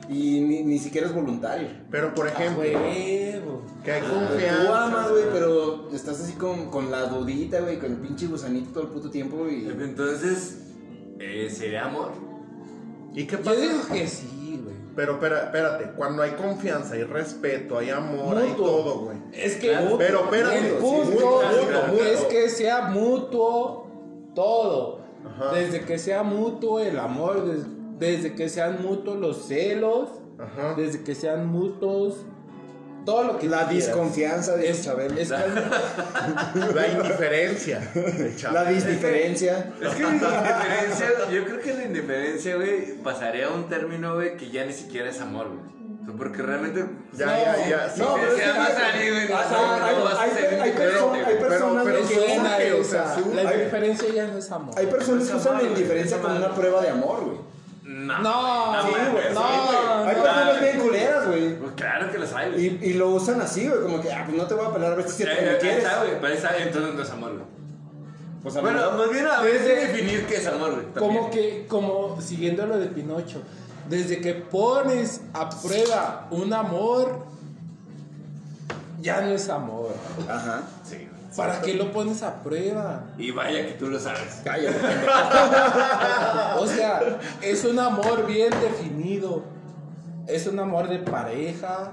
Y ni, ni siquiera es voluntario. Pero por ejemplo, Huevo. que hay Tú amas, confianza. güey, pero estás así con, con la dudita, güey, con el pinche gusanito todo el puto tiempo, güey. Entonces, eh, sería amor. ¿Y qué Yo digo pasa? que sí, güey. Pero espera- espérate, cuando hay confianza, hay respeto, hay amor, hay Mutuo. todo, güey. Es que Claro, pero espérate, el sí, punto mutuo, mutuo, mutuo. es que sea mutuo todo. Ajá. Desde que sea mutuo el amor, des- desde que sean mutuos los celos, Ajá. desde que sean mutuos todo lo que La quieras. desconfianza, dice es, Chabelo. <laughs> es que- La indiferencia. el chavo. La disdiferencia. Es que la indiferencia, yo creo que la indiferencia, güey, pasaría a un término, güey, que ya ni siquiera es amor, güey. O sea, Porque realmente. Ya, ya, ya. sí, No, sí, pero sí, es que- va a salir, güey, no, Ajá, no, hay- no vas a hay- ser hay indiferente, perso- güey. hay personas pero de que- suena suena que, o esa. sea, sí, la hay- diferencia ya no es amor. Hay personas que Esa usan la madre, indiferencia esa como madre. una prueba de amor, güey. No, No, güey, sí, güey, güey, no. sí, güey. Hay no, personas güey. bien culeras, güey. Pues claro que las hay, güey. Y, y lo usan así, güey, como que, ah, pues no te voy a pelar a ver si Eh, te eh, me ahí quieres. está, güey, pero ahí está, entonces no es amor, güey. Pues a lo Bueno, mejor- más bien a veces desde- definir qué es amor, güey. también. Como que, como siguiendo lo de Pinocho, desde que pones a prueba un amor, ya no es amor. Ajá. Sí, güey. ¿Para qué lo pones a prueba? Y vaya que tú lo sabes. Cállate. O sea, es un amor bien definido. Es un amor de pareja.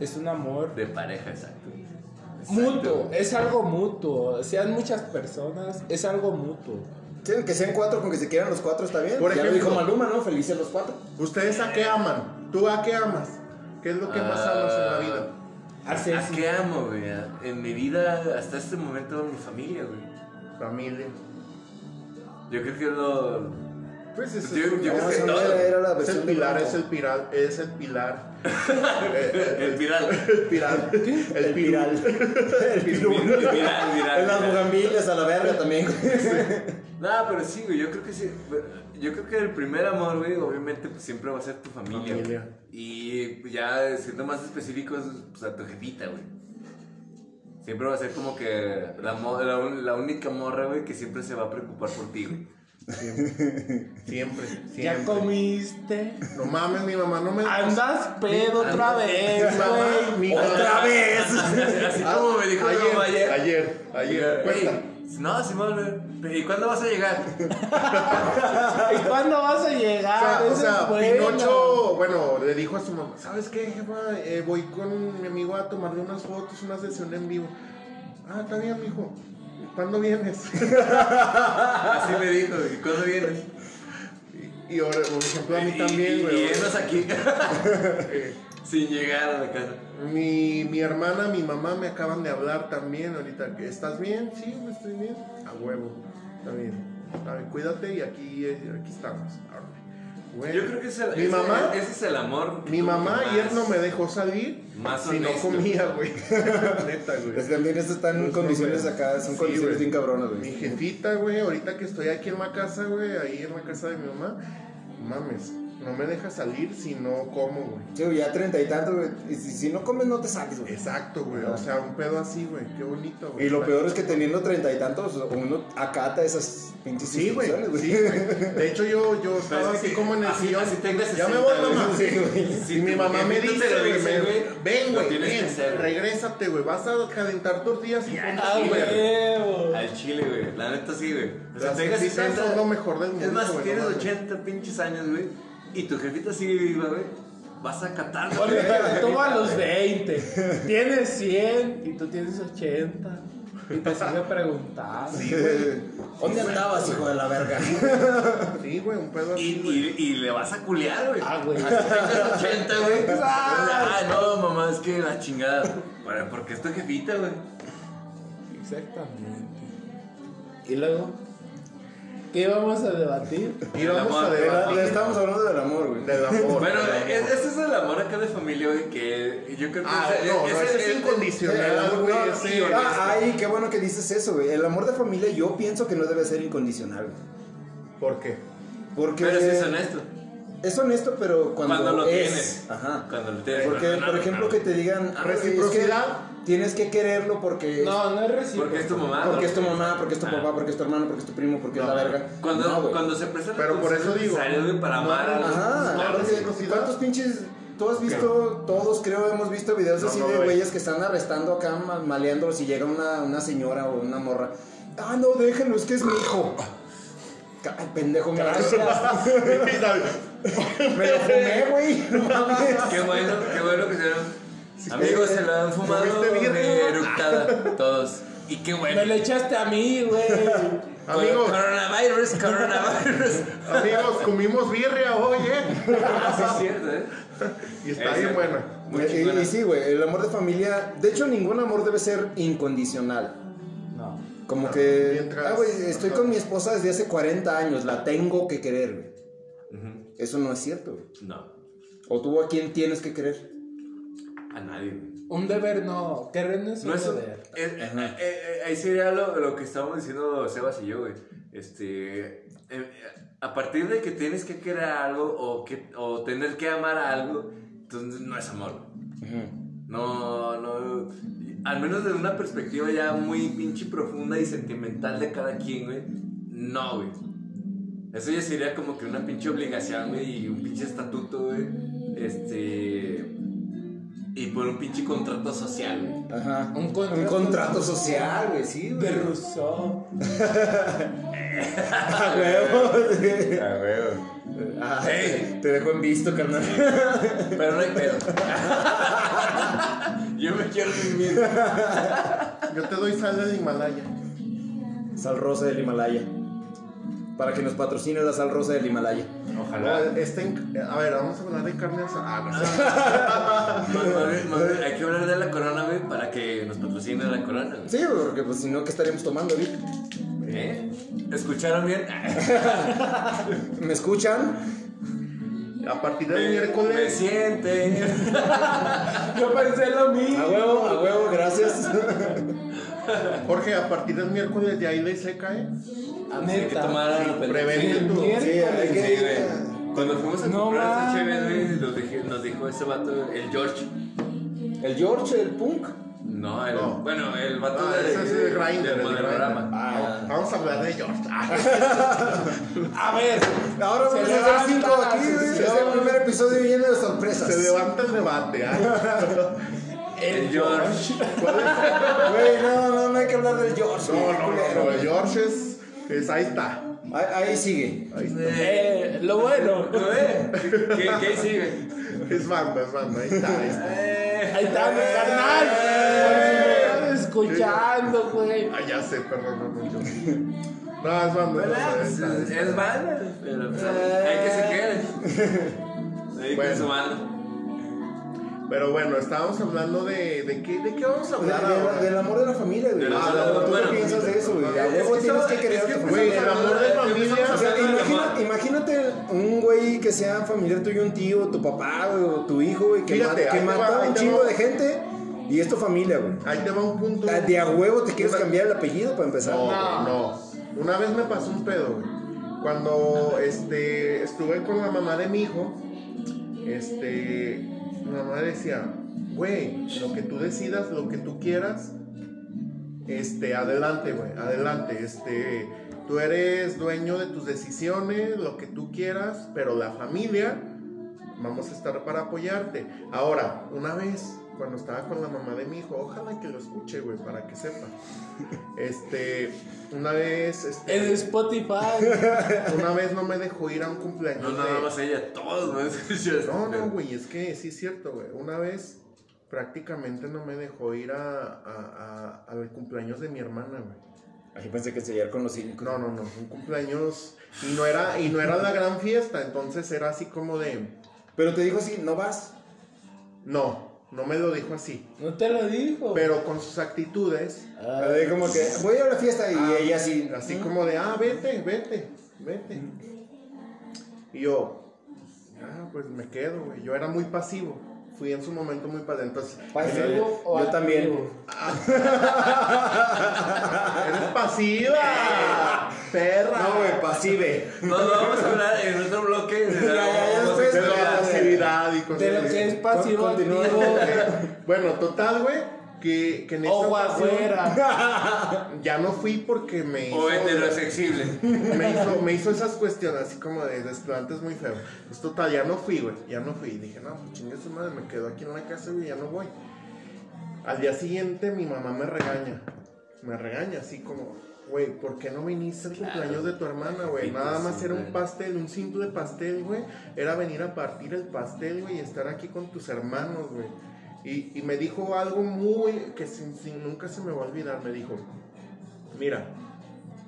Es un amor De pareja, exacto. Exacto. mutuo. Es algo mutuo. Sean muchas personas, es algo mutuo. Sí, que sean cuatro, con que se quieran los cuatro está bien. Por ya lo ejemplo. dijo Maluma, ¿no? Felices los cuatro. ¿Ustedes a qué aman? ¿Tú a qué amas? ¿Qué es lo que más amas en la vida? Haces ¿A qué amo, güey? En mi vida, hasta este momento, mi familia, güey. Familia. Yo creo que es lo. <laughs> Pues ese Yo- es, yo un- creo No, que esa no todo. era, era la es el versión de pilar, Blanco. es el pilar, es el pilar. <laughs> Eh, El viral. El pilar. <laughs> El El pilar. viral. El El viral. viral, el viral. En las bugambillas a la verga <laughs> también. No, pero sí, güey, yo creo que sí. Yo creo que el primer amor, güey, obviamente pues, siempre va a ser tu familia. güey. Familia. Y ya siendo más específicos, pues a tu jefita, güey. Siempre va a ser como que la, mo- la, un- la única morra, güey, que siempre se va a preocupar por ti, <laughs> güey. Siempre, siempre. ya comiste. No mames, mi mamá no me. Andas pedo otra vez, güey. Mi mamá- Otra vez. Así como me dijo mi ayer, mamá ayer. ayer, ayer. Ayer, Cuenta. "Ey, No, Simón, güey, ¿y cuándo vas a llegar? ¿Y cuándo vas a llegar? O sea, o Esa sea, ah, es buena. Pinocho, bueno, le dijo a su mamá, ¿sabes qué, jefa? Eh, voy con mi amigo a tomarle unas fotos, una sesión en vivo. Ah, está bien, mijo. ¿Cuándo vienes? <laughs> Así me dijo, ¿y cuándo vienes? y ahora, por ejemplo, a mí Y- también, y- güey. Y enos aquí. <laughs> Eh, Sin llegar a la casa. mi, mi hermana, mi mamá me acaban de hablar también ahorita. que, ¿Estás bien? Sí, güey, estoy bien. A huevo. Está bien. Está bien, cuídate y aquí, eh, aquí estamos. Árale. Güey, Yo creo que es el, Mi ese- mamá... ese es el amor. Mi mamá ayer él no me dejó salir más si no honesto. comía, <laughs> güey. Neta, Es güey. que también estas están en Pues, condiciones no, güey. acá, son Sí, condiciones bien güey. cabronas, Mi güey. jefita, güey, ahorita que estoy aquí en la casa, güey, ahí en la casa de mi mamá, mames, no me deja salir si no como, güey. Sí, güey, ya treinta y tantos, güey. y Si, si no comes, no te sales, güey. Exacto, güey. O sea, un pedo así, güey. Qué bonito, güey. Y lo peor es que teniendo treinta y tantos, uno acata esas pinches Sí, güey. instrucciones, Sí, güey. De hecho, yo, yo estaba Pues que así sí, como en el así- sillón. así tengas ya me 60, voy, güey. mamá. Sí, güey. Si y mi tu mamá me jefita te dice, lo güey, dice, me- güey, ven, lo güey, tienes que ven, hacer, güey. regrésate, güey, vas a calentar tortillas y ponte Ah, chile, güey. huevo. Al chile, güey. La neta sí, güey. O sea, Las tengas jefitas 60. son lo mejor del mundo, Es más, si güey, tienes no mames. 80 pinches años, güey. Y tu jefita sigue viva, güey. Vas a catar. Ponle que te toma a los 20. Tienes 100 y tú tienes 80. Y te sigue preguntando. ¿Dónde andabas, hijo de la <laughs> verga? Sí, güey, un pedo Y, así, güey. y, y le vas a culear, güey. Ah, güey. Así tengas 80, <laughs> güey. Ah, no, mamá, es que la chingada. Bueno, porque es tu jefita, güey. Exactamente. Y luego, ¿qué vamos a debatir? Y vamos El amor, a el Pero debatir le estamos hablando del amor, güey. del amor. Bueno, del amor. es- ese es el amor acá de familia, güey, que yo creo que Ah, ese- no, no, ese ese es Eh, incondicional, no, güey. no, ese- sí, ah, ay, qué bueno que dices eso, güey. El amor de familia yo pienso que no debe ser incondicional, güey. ¿Por qué? Porque Pero sí es honesto. es honesto, pero cuando, Cuando lo es, tienes. Ajá. Cuando lo tienes. Porque, No, no, por ejemplo, no. que te digan... ah, güey, es que Reciprocidad. Tienes que quererlo porque... No, no es recíproco. Porque es tu mamá. Porque ¿no? es tu mamá, porque es tu Ah. papá, porque es tu hermano, porque es tu primo, porque No. es la verga. Cuando, No, güey. cuando se presta Pero por eso digo, necesario para no, amar a los- Ajá, Claro, no, porque sí. reciprocidad. ¿cuántos pinches? Tú has visto, todos creo hemos visto videos No, así no de lo he güeyes que están arrestando acá, ma- maleándolos y llega una, una señora o una morra. Ah, no, déjenlo, es que es mi hijo. Ay, pendejo, me gracias. Me <laughs> lo fumé, güey. No mames. Qué bueno, qué bueno que se lo- Amigos, se lo han fumado ¿Comiste bien, de no? eructada, todos. Y qué bueno. Me lo echaste a mí, güey. Con- <laughs> Amigos, Coronavirus, coronavirus. amigos, comimos birria hoy, ¿eh? Así es cierto, ¿eh? Y está Es bien cierto. buena. Muy Y- chingona. y sí, güey, el amor de familia. De hecho, ningún amor debe ser incondicional. No. Como Ajá, que, mientras- ah, güey, estoy ajá. con mi esposa desde hace 40 años, la tengo que querer, güey. Eso no es cierto, güey. No, O tú a quién tienes que querer. a nadie. güey. Un deber no. Querer no es No un es un- deber. eh, eh, eh, eh, ahí sería lo, lo que estábamos diciendo Sebas y yo, güey. Este, eh, eh, a partir de que tienes que querer algo o, que, o tener que amar a algo, entonces no es amor. No, no. Al menos desde una perspectiva ya muy pinche profunda y sentimental de cada quien, güey. No, güey. Eso ya sería como que una pinche obligación, güey, y un pinche estatuto, güey. Este. Y por un pinche contrato social, güey. Ajá. Un contrato, Un contrato social, güey, sí, güey. De Rousseau. <laughs> A huevo, sí. A huevo. Ah, Ey. Te dejo en visto, carnal. Pero no hay pedo. <laughs> Yo me quiero vivir. Yo te doy sal del Himalaya. Sal rosa del Himalaya. Para que nos patrocine la sal rosa del Himalaya. No, este en- a ver, vamos a hablar de carne asada. Ah, no sé. Más- más bien- más bien, hay que hablar de la corona, güey, para que nos patrocine la corona, güey. Sí, güey, porque pues si no, ¿qué estaríamos tomando, Vic? ¿Eh? ¿Escucharon bien? ¿Me escuchan? A partir Eh, del Me miércoles. sienten. Yo pensé lo mismo. A huevo, a huevo, gracias. Jorge, a partir del miércoles de ahí le seca, ¿eh? Hay que Neta. tomar a la Preven- pendeja. El Sí, miércoles. que- Ah, Sí, güey. Cuando fuimos a No comprar esas mames. cheves, güey, nos dije- nos dijo ese vato, el George. <laughs> El George, el punk. No, el, No. bueno, el vato Ah, de, ese es el Grindr, del el modernorama. Ah. Vamos a hablar de George. Ah, A ver. Ahora vamos Se a levanta hacer cinco la aquí, güey. Es sesión. el primer episodio lleno de sorpresas. se levanta el debate. ah. El George. Güey, no, no, no hay que hablar del George. No, güey, no, no, culero, no, güey. George es, es- Ahí está. Ahí, ahí sigue. Ahí está. Eh, Eh, lo bueno. ¿eh? ¿Qué, ¿Qué sigue? Es banda, es banda. Ahí está. Ahí está. Eh, Ahí está, mi carnal. Por si me están escuchando, güey. Ah, ya sé, perdón, no, no, yo. No, es banda. es banda, pues, ahí está, ahí es, está. es banda, pero pues, hay que se quede. Ahí Bueno. con su banda. Pero bueno, estábamos hablando de. ¿De qué, de qué vamos a De- hablar de- ahora? del amor de la familia, güey. Del Ah, amor de la- ¿Tú bueno. qué piensas de eso, güey? A Es huevo que tienes estaba- que querer es a que tu pues, Güey, familia. el amor de familia. empezamos a O sea, hablar del imagina- amor. imagínate un güey que sea familiar tuyo, un tío, tu papá, güey, o tu hijo, güey, que, Fíjate, mata- que ahí te va, mató a ahí un te chingo va. de gente y es tu familia, güey. Ahí te va un punto. Ah, De a huevo te quieres Una- cambiar el apellido para empezar. No, No. no. Una vez me pasó un pedo, güey. Cuando este, estuve con la mamá de mi hijo, este, mi mamá decía, güey, lo que tú decidas, lo que tú quieras, este, adelante, güey, adelante. Este, tú eres dueño de tus decisiones, lo que tú quieras, pero la familia, vamos a estar para apoyarte. Ahora, una vez, cuando estaba con la mamá de mi hijo, ojalá que lo escuche, güey, para que sepa. Este, una vez, este, En Spotify. una vez no me dejó ir a un cumpleaños. No, de- nada más ella, todos, ¿no? <laughs> no, no, güey, es que sí es cierto, güey. Una vez prácticamente no me dejó ir a, a, a- al cumpleaños de mi hermana, güey. Ay, pensé que sellar con los cínicos. No, no, no, un cumpleaños y no era y no era la gran fiesta, entonces era así como de Pero te dijo así, no vas. no, no me lo dijo así, No te lo dijo. pero con sus actitudes A ver, como que voy a la fiesta y Ah, ella así. Así como de, ah, vete, vete, vete. Y yo, ah, pues me quedo, güey. Yo era muy pasivo. fui en su momento muy palento. así. Pues, ¿Pasivo o Yo también. activo? "Ah, ¡Eres <laughs> pasiva! ¡Perra! No, güey, pasive. No, no, vamos a hablar en otro bloque <laughs> de la Ya, ya, ya, ustedes de la homosexualidad. Pues, pasividad y cosas De lo así. eh. que es pasivo Con- activo. continúa. Bueno, total, güey, que, que en esta Ojo ocasión afuera. <laughs> ya no fui porque me O hizo, heterosexible. <laughs> me hizo me hizo esas cuestiones así como de desplantes muy feo. Pues total, ya no fui, güey, ya no fui. Dije, no, pues chingue su madre, me quedo aquí en la casa, güey, ya no voy. Al día siguiente mi mamá me regaña, me regaña así como, güey, ¿por qué no viniste al cumpleaños de tu hermana, güey? Sí, Nada pues, más sí, era un güey. pastel, un simple pastel, güey. Era venir a partir el pastel, güey, y estar aquí con tus hermanos, güey. Y, y me dijo algo muy que sin- sin- nunca se me va a olvidar. Me dijo, mira,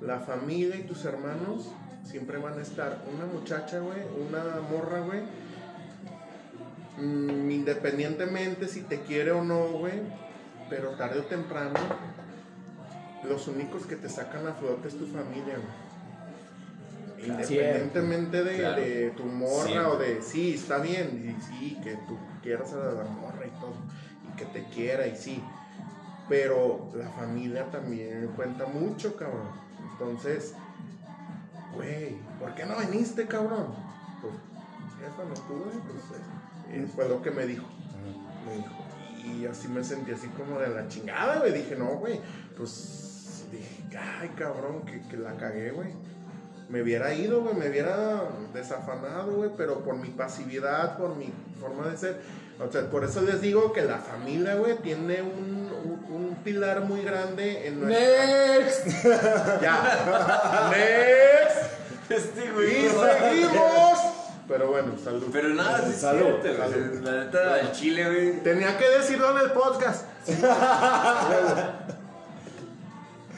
la familia y tus hermanos siempre van a estar una muchacha, güey, una morra, güey. Mm, independientemente si te quiere o no, güey, pero tarde o temprano, los únicos que te sacan a flote es tu familia, güey. Independientemente de, Claro. de tu morra Siempre. o de, sí, está bien, y sí, que tú quieras a la morra y todo, y que te quiera y sí, pero la familia también cuenta mucho, cabrón. Entonces, güey, ¿por qué no viniste, cabrón? Pues, jefa, no pude, pues, eh, fue lo que me dijo. Me dijo. Y así me sentí así como de la chingada, güey. Dije, no, güey. Pues dije, ay, cabrón, que, que la cagué, güey. Me hubiera ido, güey, me hubiera desafanado, güey, pero por mi pasividad, por mi forma de ser. O sea, por eso les digo que la familia, güey, tiene un, un- un pilar muy grande en nuestra... Next. <laughs> Ya. Next. Este Y güey. seguimos. Pero bueno, salud. Pero nada, sí es Salud, cierto, güey. salud. La neta, al chile, güey. Tenía que decirlo en el podcast.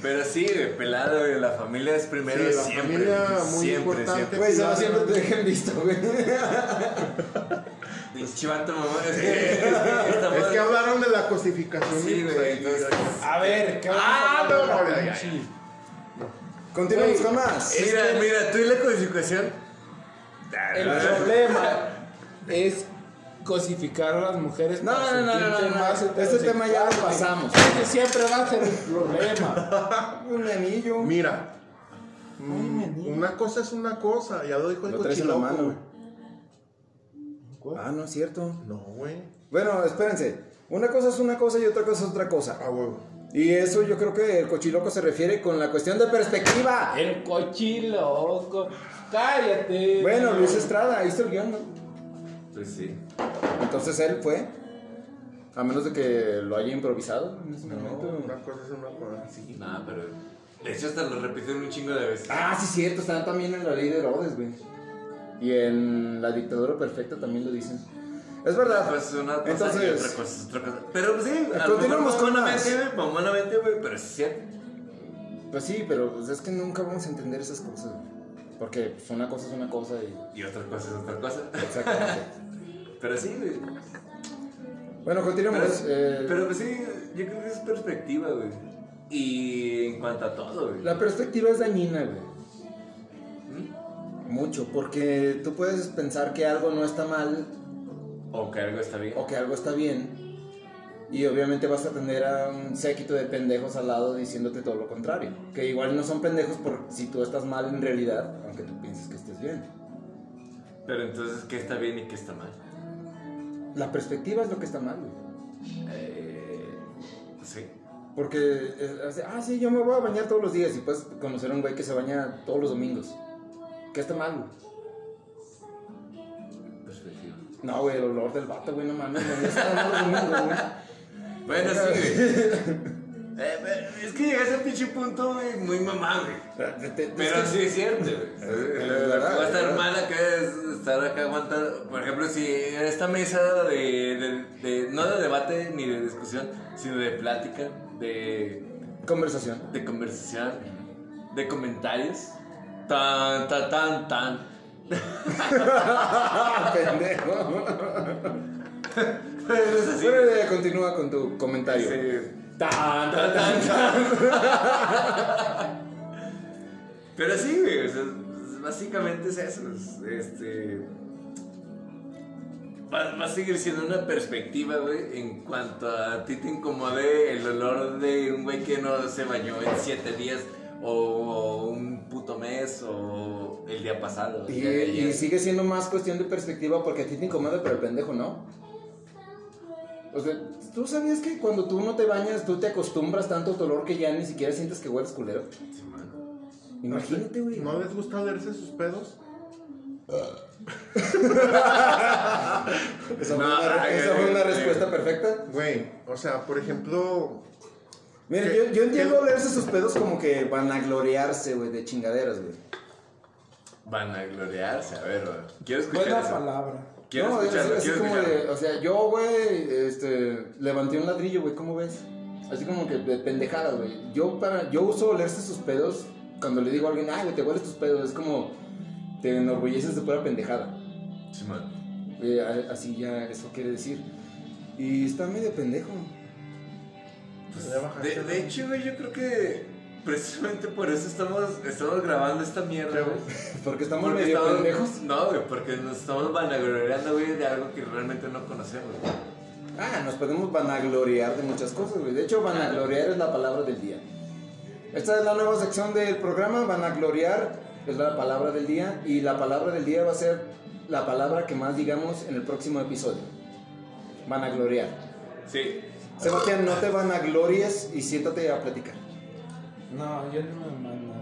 Pero sí, güey, pelado, güey. La familia es primero Sí, la siempre. familia güey, muy siempre, importante. siempre. Güey, se va siempre te dejan visto, güey. Chivato, mamá. Es <laughs> que, es que estamos- Es que hablaron de la cosificación. Sí, y, pues, güey, ahí- entonces- A ver, ¿qué vamos Ah, a hablar? no, no, ya, ya, Sí. Continuamos con más. Mira, mira, tú y la codificación. El problema es cosificar a las mujeres No, no, para no, no, sentirte no, no. más Este tema ya lo pasamos. Ese siempre va a ser el problema. Un anillo. Mira. mm, Ay, maní. una cosa es una cosa. Ya lo dijo el Lo traes en la cochiloco, mano, güey. Ah, no es cierto. No, güey. Bueno, espérense. Una cosa es una cosa y otra cosa es otra cosa. A huevo. Y eso yo creo que el cochiloco se refiere con la cuestión de perspectiva. El cochiloco. Cállate. Bueno, Luis Estrada, ahí está el guión. ¿no? Pues sí. Entonces él fue. A menos de que lo haya improvisado en ese No, momento. una cosa es una cosa. Sí. Nada, pero. De hecho, hasta lo repitieron un chingo de veces. Ah, sí, cierto, están también en la ley de Herodes, güey. Y en la dictadura perfecta también lo dicen. Es verdad. Pues una cosa y Entonces, otra cosa es otra cosa. Pero pues, sí, a lo Continuamos mejor con mamonamente, más. güey, mamonamente, güey, pero sí es cierto. pues sí, pero pues, es que nunca vamos a entender esas cosas, güey. Porque pues, una cosa es una cosa y. Y otra cosa es otra cosa. <laughs> Exactamente. Pero sí, güey. bueno, continuamos. Pero, eh, pero pues sí, yo creo que es perspectiva, güey. Y en cuanto a todo, güey. La perspectiva es dañina, güey. ¿Mm? Mucho, porque tú puedes pensar que algo no está mal O que algo está bien. o que algo está bien. Y obviamente vas a tener a un séquito de pendejos al lado diciéndote todo lo contrario. Que igual no son pendejos por si tú estás mal en realidad, aunque tú pienses que estés bien. Pero entonces, ¿qué está bien y qué está mal? La perspectiva es lo que está mal, güey. Eh, sí. Porque, eh, así, ah, sí, yo me voy a bañar todos los días y puedes conocer a un güey que se baña todos los domingos. ¿Qué está mal, güey? Perspectiva. No, güey, el olor del vato, güey, no mames, no está mal los domingos, güey. Bueno, sí, güey. <laughs> Eh, pero es que llegas a un pinche punto, güey, muy mamá, güey. Te- te- Pero es que- sí es cierto, güey. es La verdad, que va a es estar verdad. mal acá es estar acá aguantando. Por ejemplo, si en esta mesa de, de- de- no de debate ni de discusión, sino de plática, de, Conversación. <laughs> de conversación, de comentarios. Tan, tan, tan, tan. Pendejo. Pero es Pues así. Bueno, ya continúa con tu comentario. Sí. Tan, Tan, tan, tan. tan, tan. Pero sí, güey, o sea, básicamente es eso. es, este. va, va a seguir siendo una perspectiva, güey, en cuanto a ti te incomode el olor de un güey que no se bañó en siete días o, o un puto mes o el día pasado. el Y, día de ayer. y sigue siendo más cuestión de perspectiva porque a ti te incomoda, pero el pendejo no. O sea, ¿tú sabías que cuando tú no te bañas, tú te acostumbras tanto a tu olor que ya ni siquiera sientes que hueles culero? Sí, man. Imagínate, güey. ¿No les gusta olerse sus pedos? Esa, No, ah, fue, una, ay, esa ay, fue una ay. respuesta perfecta. Güey, o sea, por ejemplo, Mira, ¿Qué- yo, yo entiendo qué- olerse sus pedos como que van a gloriarse, güey, de chingaderas, güey. Van a gloriarse, a ver, güey. Quiero escuchar Buena eso. palabra. Quiero no, es- escucharlo, es, quiero como escucharlo. de, o sea, yo, güey, este, levanté un ladrillo, güey, ¿cómo ves? Así como que de pendejadas, güey. Yo, para, yo uso olerse sus pedos cuando le digo a alguien, ay, güey, te hueles tus pedos, es como te enorgulleces de pura pendejada. Sí, man. Eh, a- así ya, eso quiere decir. Y está medio pendejo. <laughs> le bajaste De, la- de hecho, güey, yo creo que precisamente por eso estamos, estamos grabando esta mierda, güey. Porque estamos Porque medio estamos- pendejos. No, güey, porque nos estamos vanagloriando, güey, de algo que realmente no conocemos. güey. Ah, nos podemos vanagloriar de muchas cosas, güey. De hecho, vanagloriar es la palabra del día. Esta es la nueva sección del programa. Vanagloriar es la palabra del día. Y la palabra del día va a ser la palabra que más digamos en el próximo episodio. Vanagloriar. Sí. Sebastián, no te vanaglories y siéntate a platicar. No, yo no me mando.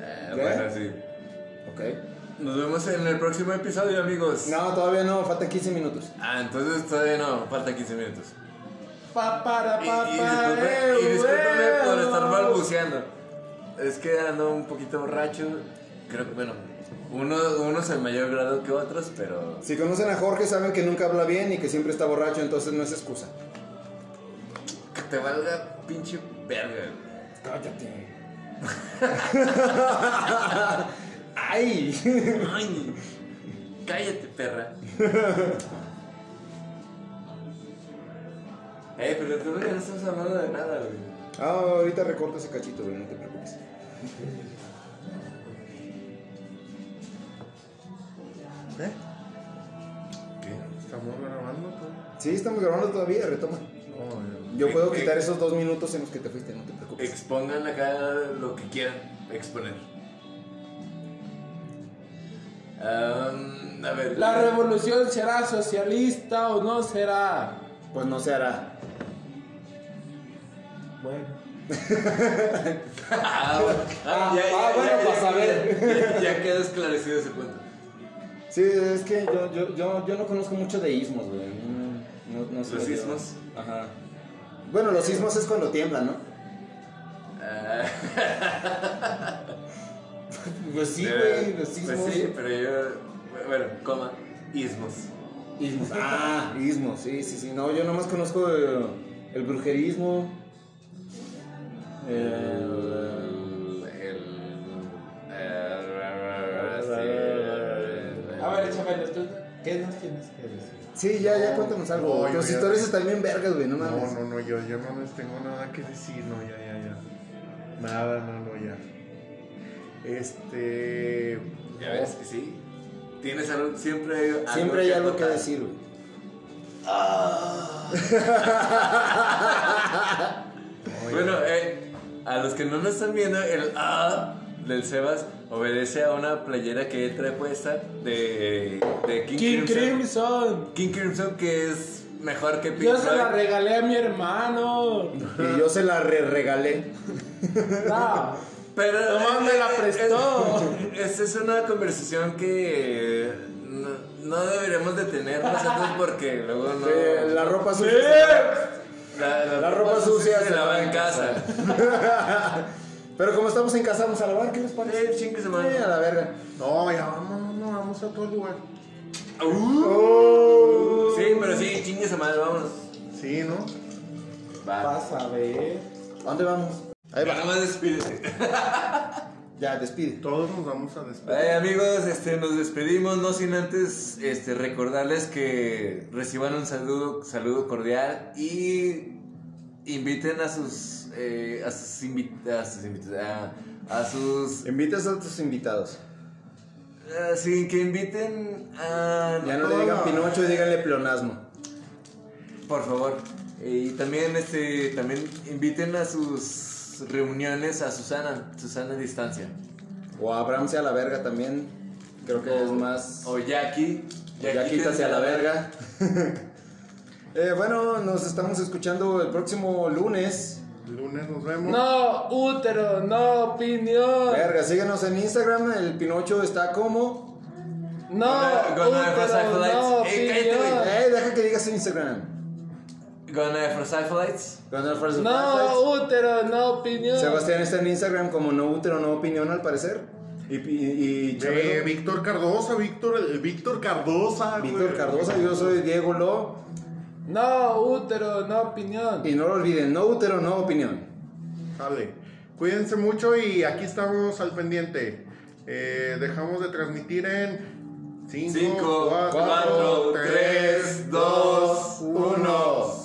Eh, ¿Ya? bueno, sí. ¿Ok? Nos vemos en el próximo episodio, amigos. No, todavía no. Faltan 15 minutos. Ah, entonces todavía no, faltan 15 minutos. Pa, para, Y, pa, y pa, disculpe- y eh, oh. discúlpeme güey. por estar balbuceando. Es que ando un poquito borracho. Creo que, bueno, uno, unos en mayor grado que otros, pero. Si conocen a Jorge, saben que nunca habla bien y que siempre está borracho, entonces no es excusa. Que te valga pinche verga. Cállate. <laughs> ¡Ay! Ay, cállate, perra. Eh, pero tú güey, no estamos hablando de nada, güey. Ah, ahorita recorto ese cachito, güey, no te preocupes. ¿Eh? ¿Qué? ¿Estamos grabando pues. Oh, todo? Sí, estamos grabando todavía, retoma. No, Yo Eh, puedo eh. quitar esos dos minutos en los que te fuiste, no te preocupes. Expongan acá lo que quieran exponer. Am, a ver. La revolución será socialista o no será. Pues no se hará. Bueno. Ah, bueno, ah, ya, Ah, ya, bueno, ya, pues, ya, a ver. ya- ya quedó esclarecido ese punto. Sí, es que yo, yo, yo, yo no conozco mucho de ismos, güey. No, no, no sé ¿Los yo. ismos? Ajá. Bueno, los ismos es cuando tiemblan, ¿no? Ah, Pues sí, pero- güey, los ismos. Pues sí, pero yo. Bueno, coma. Ismos. Ismos. <laughs> Ah, ismos, sí, sí, sí. No, yo nomás conozco eh, el brujerismo. El... A ver, Chabelo, ¿tú qué nos tienes que decir? Sí, ya, ya cuéntanos algo. No, yo Tus ya- historias están bien vergas, güey, no mames. no, no, yo, yo no les tengo nada que decir, no, ya, ya, ya. Nada, no, no, ya. Este. Ya no, ves que sí. Tienes algo, siempre hay algo Siempre hay algo que acotar. decir, güey. no, ya. Bueno, eh, a los que no nos están viendo, el A del Sebas obedece a una playera que él trae puesta de, de King, King Crimson. Crimson. King Crimson, que es mejor que Pink Yo se la Floyd. regalé a mi hermano. Y yo se la re regalé. No. Pero Nomás me la prestó. Esta es una conversación que eh, no, no deberíamos de tener nosotros porque luego no. Eh, la ropa sucia. la, la ropa sucia se lava en casa. Pero como estamos en casa, vamos a lavar, ¿qué les parece? Eh, chingue su madre. Sí, a la verga. No, ya vamos, no, vamos a otro lugar. Sí, pero sí, chingue su madre, vámonos. Sí, ¿no? Va. Vas a ver. ¿A dónde vamos? Ahí va. Nada más despídete. Ya, despide. Todos nos vamos a despedir. Eh, amigos, este, nos despedimos, no sin antes este, recordarles que reciban un saludo, saludo cordial y inviten a sus, eh, a sus, invi- a sus, invi- a- a sus Invitas a tus invitados. eh, sin que inviten a. Ya no toda le digan la- Pinocho, díganle pleonasmo. Por favor. Eh, Y también, este, también inviten a sus reuniones a Susana, Susana a distancia. O abramse a la verga también. Creo que es más. O Jackie. Ya quítase a la verga. <laughs> Eh, bueno, nos estamos escuchando el próximo lunes. El lunes nos vemos. No, útero, no opinión. Verga, síguenos en Instagram. El Pinocho está como. No, Gonna- gonna útero, recycle lights. no Ey, cállate, güey. opinión. Eh, deja que digas en Instagram. Gonna for Cypholites. Con el First Fireflies. No, uh. útero, no opinión. Sebastián está en Instagram como no útero, no opinión al parecer. Y, y, y Chabelo. Eh, Víctor Cardosa, Víctor, el Víctor Cardosa, güey. Víctor Cardosa, yo soy Diego Lo. No, útero, no opinión. Y no lo olviden, no útero, no opinión. Sale. Cuídense mucho y aquí estamos al pendiente. Eh, dejamos de transmitir en 5, Cinco, cuatro, tres, dos, 1.